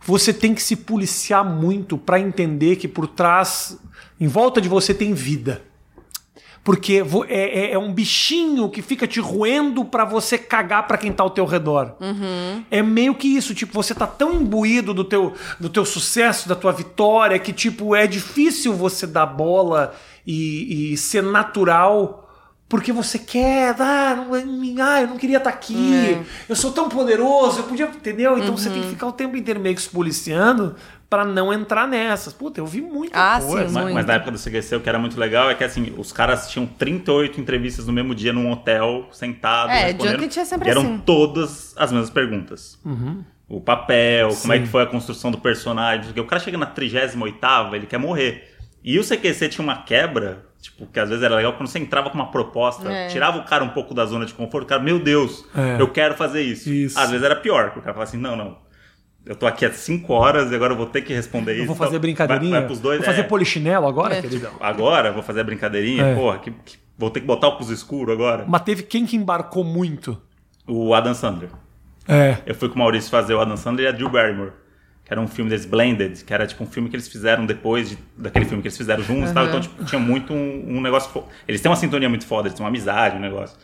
você tem que se policiar muito pra entender que por trás, em volta de você, tem vida. Porque vo- é, é- é um bichinho que fica te roendo pra você cagar pra quem tá ao teu redor. É meio que isso, tipo, você tá tão imbuído do teu, do teu sucesso, da tua vitória, que, tipo, é difícil você dar bola e, e ser natural. Porque você quer, ah, não, ah, eu não queria estar aqui, É. eu sou tão poderoso, eu podia, entendeu? Então você tem Uhum. que ficar o tempo inteiro meio que se policiando pra não entrar nessas. Puta, eu vi muita Ah, coisa. sim, Mas, muito. mas na época do CQC, o que era muito legal é que, assim, os caras tinham 38 entrevistas no mesmo dia num hotel, sentado, É, respondendo. junket é sempre e eram assim. todas as mesmas perguntas. Uhum. O papel, como é que foi a construção do personagem. Porque o cara chega na 38ª, ele quer morrer. E o CQC tinha uma quebra, tipo, que às vezes era legal, quando você entrava com uma proposta, É. tirava o cara um pouco da zona de conforto, o cara, meu Deus, É. eu quero fazer isso. Isso. Às vezes era pior, porque o cara falava assim, não, não. Eu tô aqui há 5 horas e agora eu vou ter que responder isso. Eu vou fazer Então, brincadeirinha. Vai, vai pros dois, vou fazer é. polichinelo agora, É. queridão. Agora vou fazer a brincadeirinha, É. porra, que, que- vou ter que botar o pulso escuro agora. Mas teve quem que embarcou muito. O Adam Sandler. É. Eu fui com o Maurício fazer o Adam Sandler e a Drew Barrymore. Que era um filme desse Blended, que era tipo um filme que eles fizeram depois de- daquele filme que eles fizeram juntos e tal. Então, tipo, tinha muito um, um negócio. fo- Eles têm uma sintonia muito foda, eles têm uma amizade, um negócio.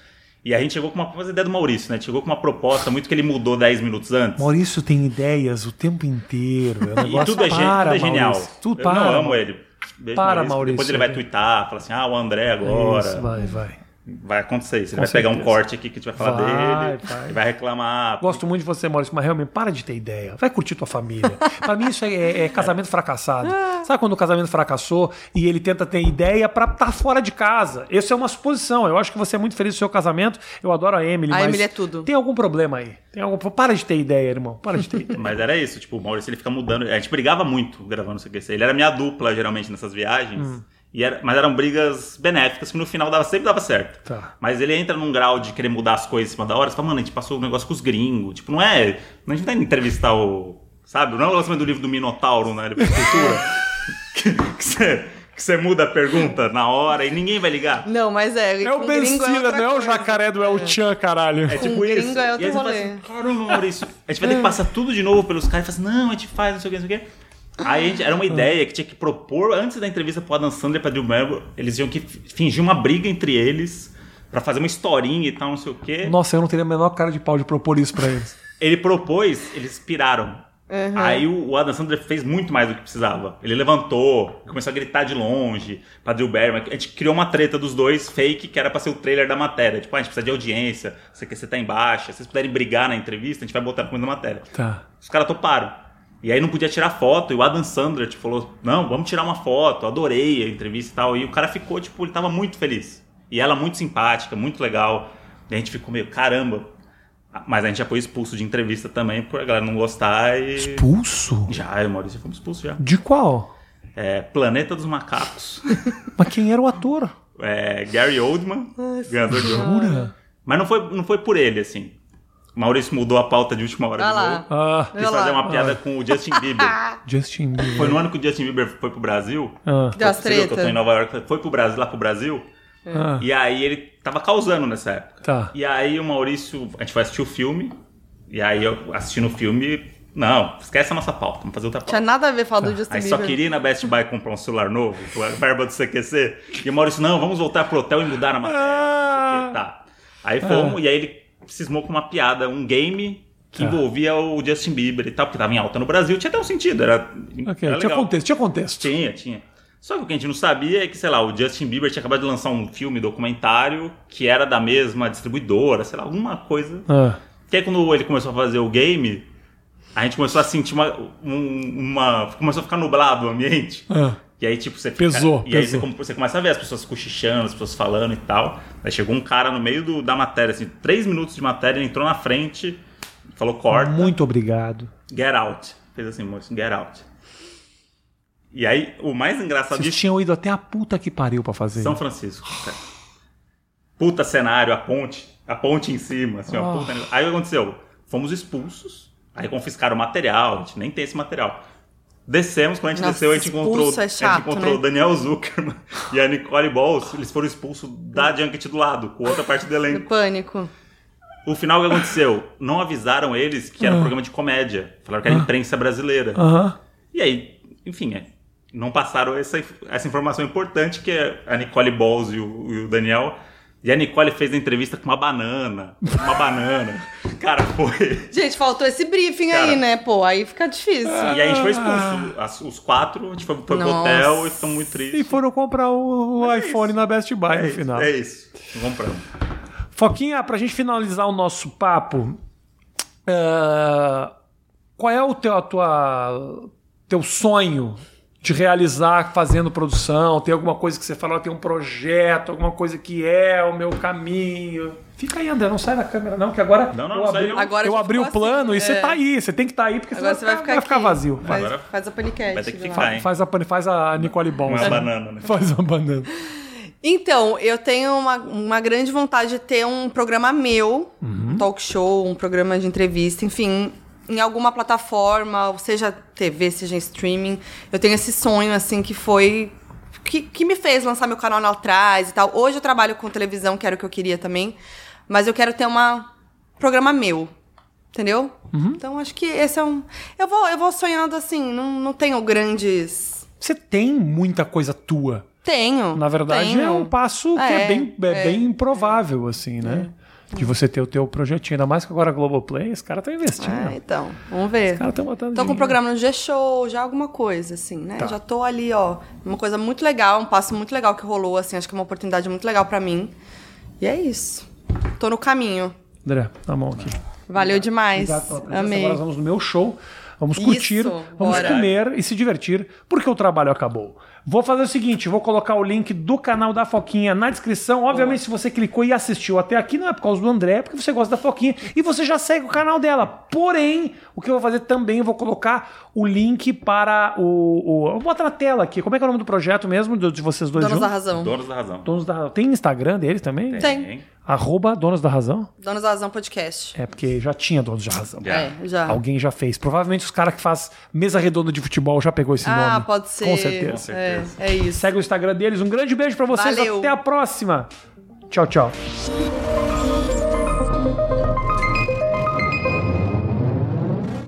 E a gente chegou com uma coisa ideia do Maurício, né? A gente Chegou com uma proposta muito que ele mudou 10 minutos antes. Maurício tem ideias o tempo inteiro. É um E negócio tudo é, gen- para, tudo é genial. Maurício. Tudo eu para. não amo ele. Beijo, Para, Depois Maurício. ele vai twittar, fala assim: ah, o André agora. É Isso, vai, vai. Vai acontecer isso. Ele Com vai pegar um certeza. corte aqui que a gente vai falar Vai, dele. vai. Ele vai reclamar. Gosto muito de você, Maurício, mas realmente para de ter ideia. Vai curtir tua família. Pra mim, isso é, é- é casamento fracassado. Ah. Sabe quando o casamento fracassou e ele tenta ter ideia pra estar fora de casa? Isso é uma suposição. Eu acho que você é muito feliz no seu casamento. Eu adoro a Emily. A mas Emily é tudo. Tem algum problema aí? Tem algum... Para de ter ideia, irmão. Para de ter ideia. Mas era isso, tipo, o Maurício ele fica mudando. A gente brigava muito gravando o QC. Ele era minha dupla, geralmente, nessas viagens. E era- mas eram brigas benéficas, que no final dava, sempre dava certo. Tá. Mas ele entra num grau de querer mudar as coisas em cima da hora. Você fala, mano, a gente passou um negócio com os gringos. Tipo, não é. A gente não tá indo entrevistar o. Sabe? Não é o lançamento do livro do Minotauro na Cultura. que que você. Que você muda a pergunta na hora e ninguém vai ligar. Não, mas é. É o com Ben gringo Stiller, outra não é o coisa. jacaré do El Chan, caralho. É Com tipo gringo isso. é e outro aí você fala rolê. assim, caramba, Maurício, a gente vai ter que passar tudo de novo pelos caras e fala assim, não, a gente faz, não sei o que, não sei o que. Aí a gente, Ah. era uma ideia que tinha que propor, antes da entrevista pro Adam Sandler e pra Drew Barrymore, eles tinham que fi- fingir uma briga entre eles pra fazer uma historinha e tal, não sei o que. Nossa, eu não teria a menor cara de pau de propor isso pra eles. Ele propôs, eles piraram. Aí o o Adam Sandler fez muito mais do que precisava. Ele levantou, começou a gritar de longe pra Drew Barrymore. A gente criou uma treta dos dois fake que era pra ser o trailer da matéria. Tipo, ah, a gente precisa de audiência, você quer você tá embaixo, se vocês puderem brigar na entrevista, a gente vai botar no começo da matéria. Tá. Os caras toparam. E aí não podia tirar foto, e o Adam Sandler tipo, falou: Não, vamos tirar uma foto, adorei a entrevista e tal. E o cara ficou, tipo, ele tava muito feliz. E ela muito simpática, muito legal. E a gente ficou meio, caramba. Ah, Mas a gente já foi expulso de entrevista também, por a galera não gostar e. Expulso? Já, eu e o Maurício fomos expulsos já. De qual? É, Planeta dos Macacos. Mas quem era o ator? É, Gary Oldman. ganhador de Ouro. Jura? Mas não foi, não foi por ele, assim. O Maurício mudou a pauta de última hora Olha de novo. lá. Ah, Quis Olha lá. fazer uma piada com o Justin Bieber. Justin Bieber. Foi no ano que o Justin Bieber foi pro Brasil. Ah, Deu as Você viu que eu tô em tretas. Nova York, foi pro Brasil, lá pro Brasil. ah, E aí ele tava causando nessa época. Tá. E aí o Maurício, a gente vai assistir o filme. E aí eu assistindo o filme, não, esquece a nossa pauta, vamos fazer outra pauta. Tinha nada a ver falar do Justin Ah, Aí só Bieber. queria ir na Best Buy comprar um celular novo, com a verba do CQC. E o Maurício, não, vamos voltar pro hotel e mudar a matéria. não sei o quê, tá. Aí Ah. fomos, e aí ele cismou com uma piada, um game Tá. que envolvia o Justin Bieber e tal, porque tava em alta no Brasil, tinha até um sentido, era, ok. era Tinha É. legal. contexto, tinha contexto. Tinha, tinha. Só que o que a gente não sabia é que, sei lá, o Justin Bieber tinha acabado de lançar um filme documentário que era da mesma distribuidora, sei lá, alguma coisa. Ah, Que aí quando ele começou a fazer o game, a gente começou a sentir uma. um- uma começou a ficar nublado o ambiente. ah. E aí, tipo, você fica- Pesou, E aí você, pesou. come- você começa a ver as pessoas cochichando, as pessoas falando e tal. Aí chegou um cara no meio do- da matéria, assim, três minutos de matéria, ele entrou na frente, falou corta. Muito obrigado. Get out. Fez assim, moço, get out. E aí, o mais engraçado Vocês disso tinham ido até a puta que pariu pra fazer. São Francisco. cara. Puta cenário, a ponte, a ponte em cima, assim, ó, Oh. puta- Aí o que aconteceu? Fomos expulsos, aí confiscaram o material, a gente nem tem esse material. Descemos, quando a gente Nossa, desceu, a gente expulso encontrou, é a chato, gente encontrou né? o Daniel Zuckerman e a Nicole Balls, eles foram expulsos da Junket do lado, com outra parte do elenco. Do pânico. O final o que aconteceu? Não avisaram eles que era Ah. um programa de comédia. Falaram que era imprensa brasileira. Aham. E aí, enfim, é, não passaram essa, essa informação importante que é a Nicole Balls e o, e o Daniel. E a Nicole fez a entrevista com uma banana. Uma banana. Cara, foi. Gente, faltou esse briefing Cara. aí, né? Pô, aí fica difícil. Ah, E aí a gente foi expulso. As- os quatro, a gente foi, foi pro Nossa. hotel e estamos muito E tristes. foram comprar o, o iPhone na Best Buy é no isso, final. É isso. Não compramos. Foquinha, pra gente finalizar o nosso papo, é, qual é o teu, a tua, teu sonho de realizar fazendo produção? Tem alguma coisa que você fala, ó, tem um projeto, alguma coisa que é o meu caminho? Fica aí, André, não sai da câmera não, que agora Não, não, eu não sai abri, não. Agora eu já abri o ficou plano assim, e você é. tá aí, você tem que estar aí, porque Agora senão você vai ficar, aqui. vazio. Faz, Agora- faz a paniquete. Vai ter que lá. ficar, hein? Faz a, pan- faz a Nicole Bons. Uma banana, né? Faz uma banana. Então, eu tenho uma, uma grande vontade de ter um programa meu, Uhum. um talk show, um programa de entrevista, enfim, em alguma plataforma, ou seja TV, seja em streaming. Eu tenho esse sonho, assim, que foi. Que, que me fez lançar meu canal lá atrás e tal. Hoje eu trabalho com televisão, que era o que eu queria também, mas eu quero ter uma programa meu. Entendeu? Uhum. Então acho que esse é um. Eu vou, eu vou sonhando assim, não, não tenho grandes. Você tem muita coisa tua. Tenho. Na verdade, tenho. é um passo que é, É, bem, é é. bem improvável, assim, né? De você ter o teu projetinho. Ainda mais que agora a Globoplay, os caras estão investindo. É, então, vamos ver. Os caras estão botando Tô com um dinheiro. programa no G-Show, já alguma coisa, assim, né? Tá. Já tô ali, ó. Uma coisa muito legal, um passo muito legal que rolou, assim. Acho que é uma oportunidade muito legal pra mim. E é isso. Tô no caminho. André, na mão aqui. Valeu demais. Obrigado pela presença. Amei. Agora nós vamos no meu show. Vamos curtir, Isso, vamos bora. comer e se divertir, porque o trabalho acabou. Vou fazer o seguinte, vou colocar o link do canal da Foquinha na descrição. Obviamente, se você clicou e assistiu até aqui, não é por causa do André, é porque você gosta da Foquinha e você já segue o canal dela. Porém, o que eu vou fazer também, eu vou colocar o link para o... o eu vou botar na tela aqui. Como é que é o nome do projeto mesmo, do- de vocês dois Donos da juntos? Razão. Donos da razão. Donos da Razão. Tem Instagram deles também? Tem. Arroba Donos da Razão? Donos da Razão Podcast. É, porque já tinha Donos da Razão. Já. É, já. Alguém já fez. Provavelmente os caras que faz mesa redonda de futebol já pegou esse nome. Ah, pode ser. Com certeza. Com certeza. É, é isso. Segue o Instagram deles. Um grande beijo pra vocês. Valeu. Até a próxima. Tchau, tchau.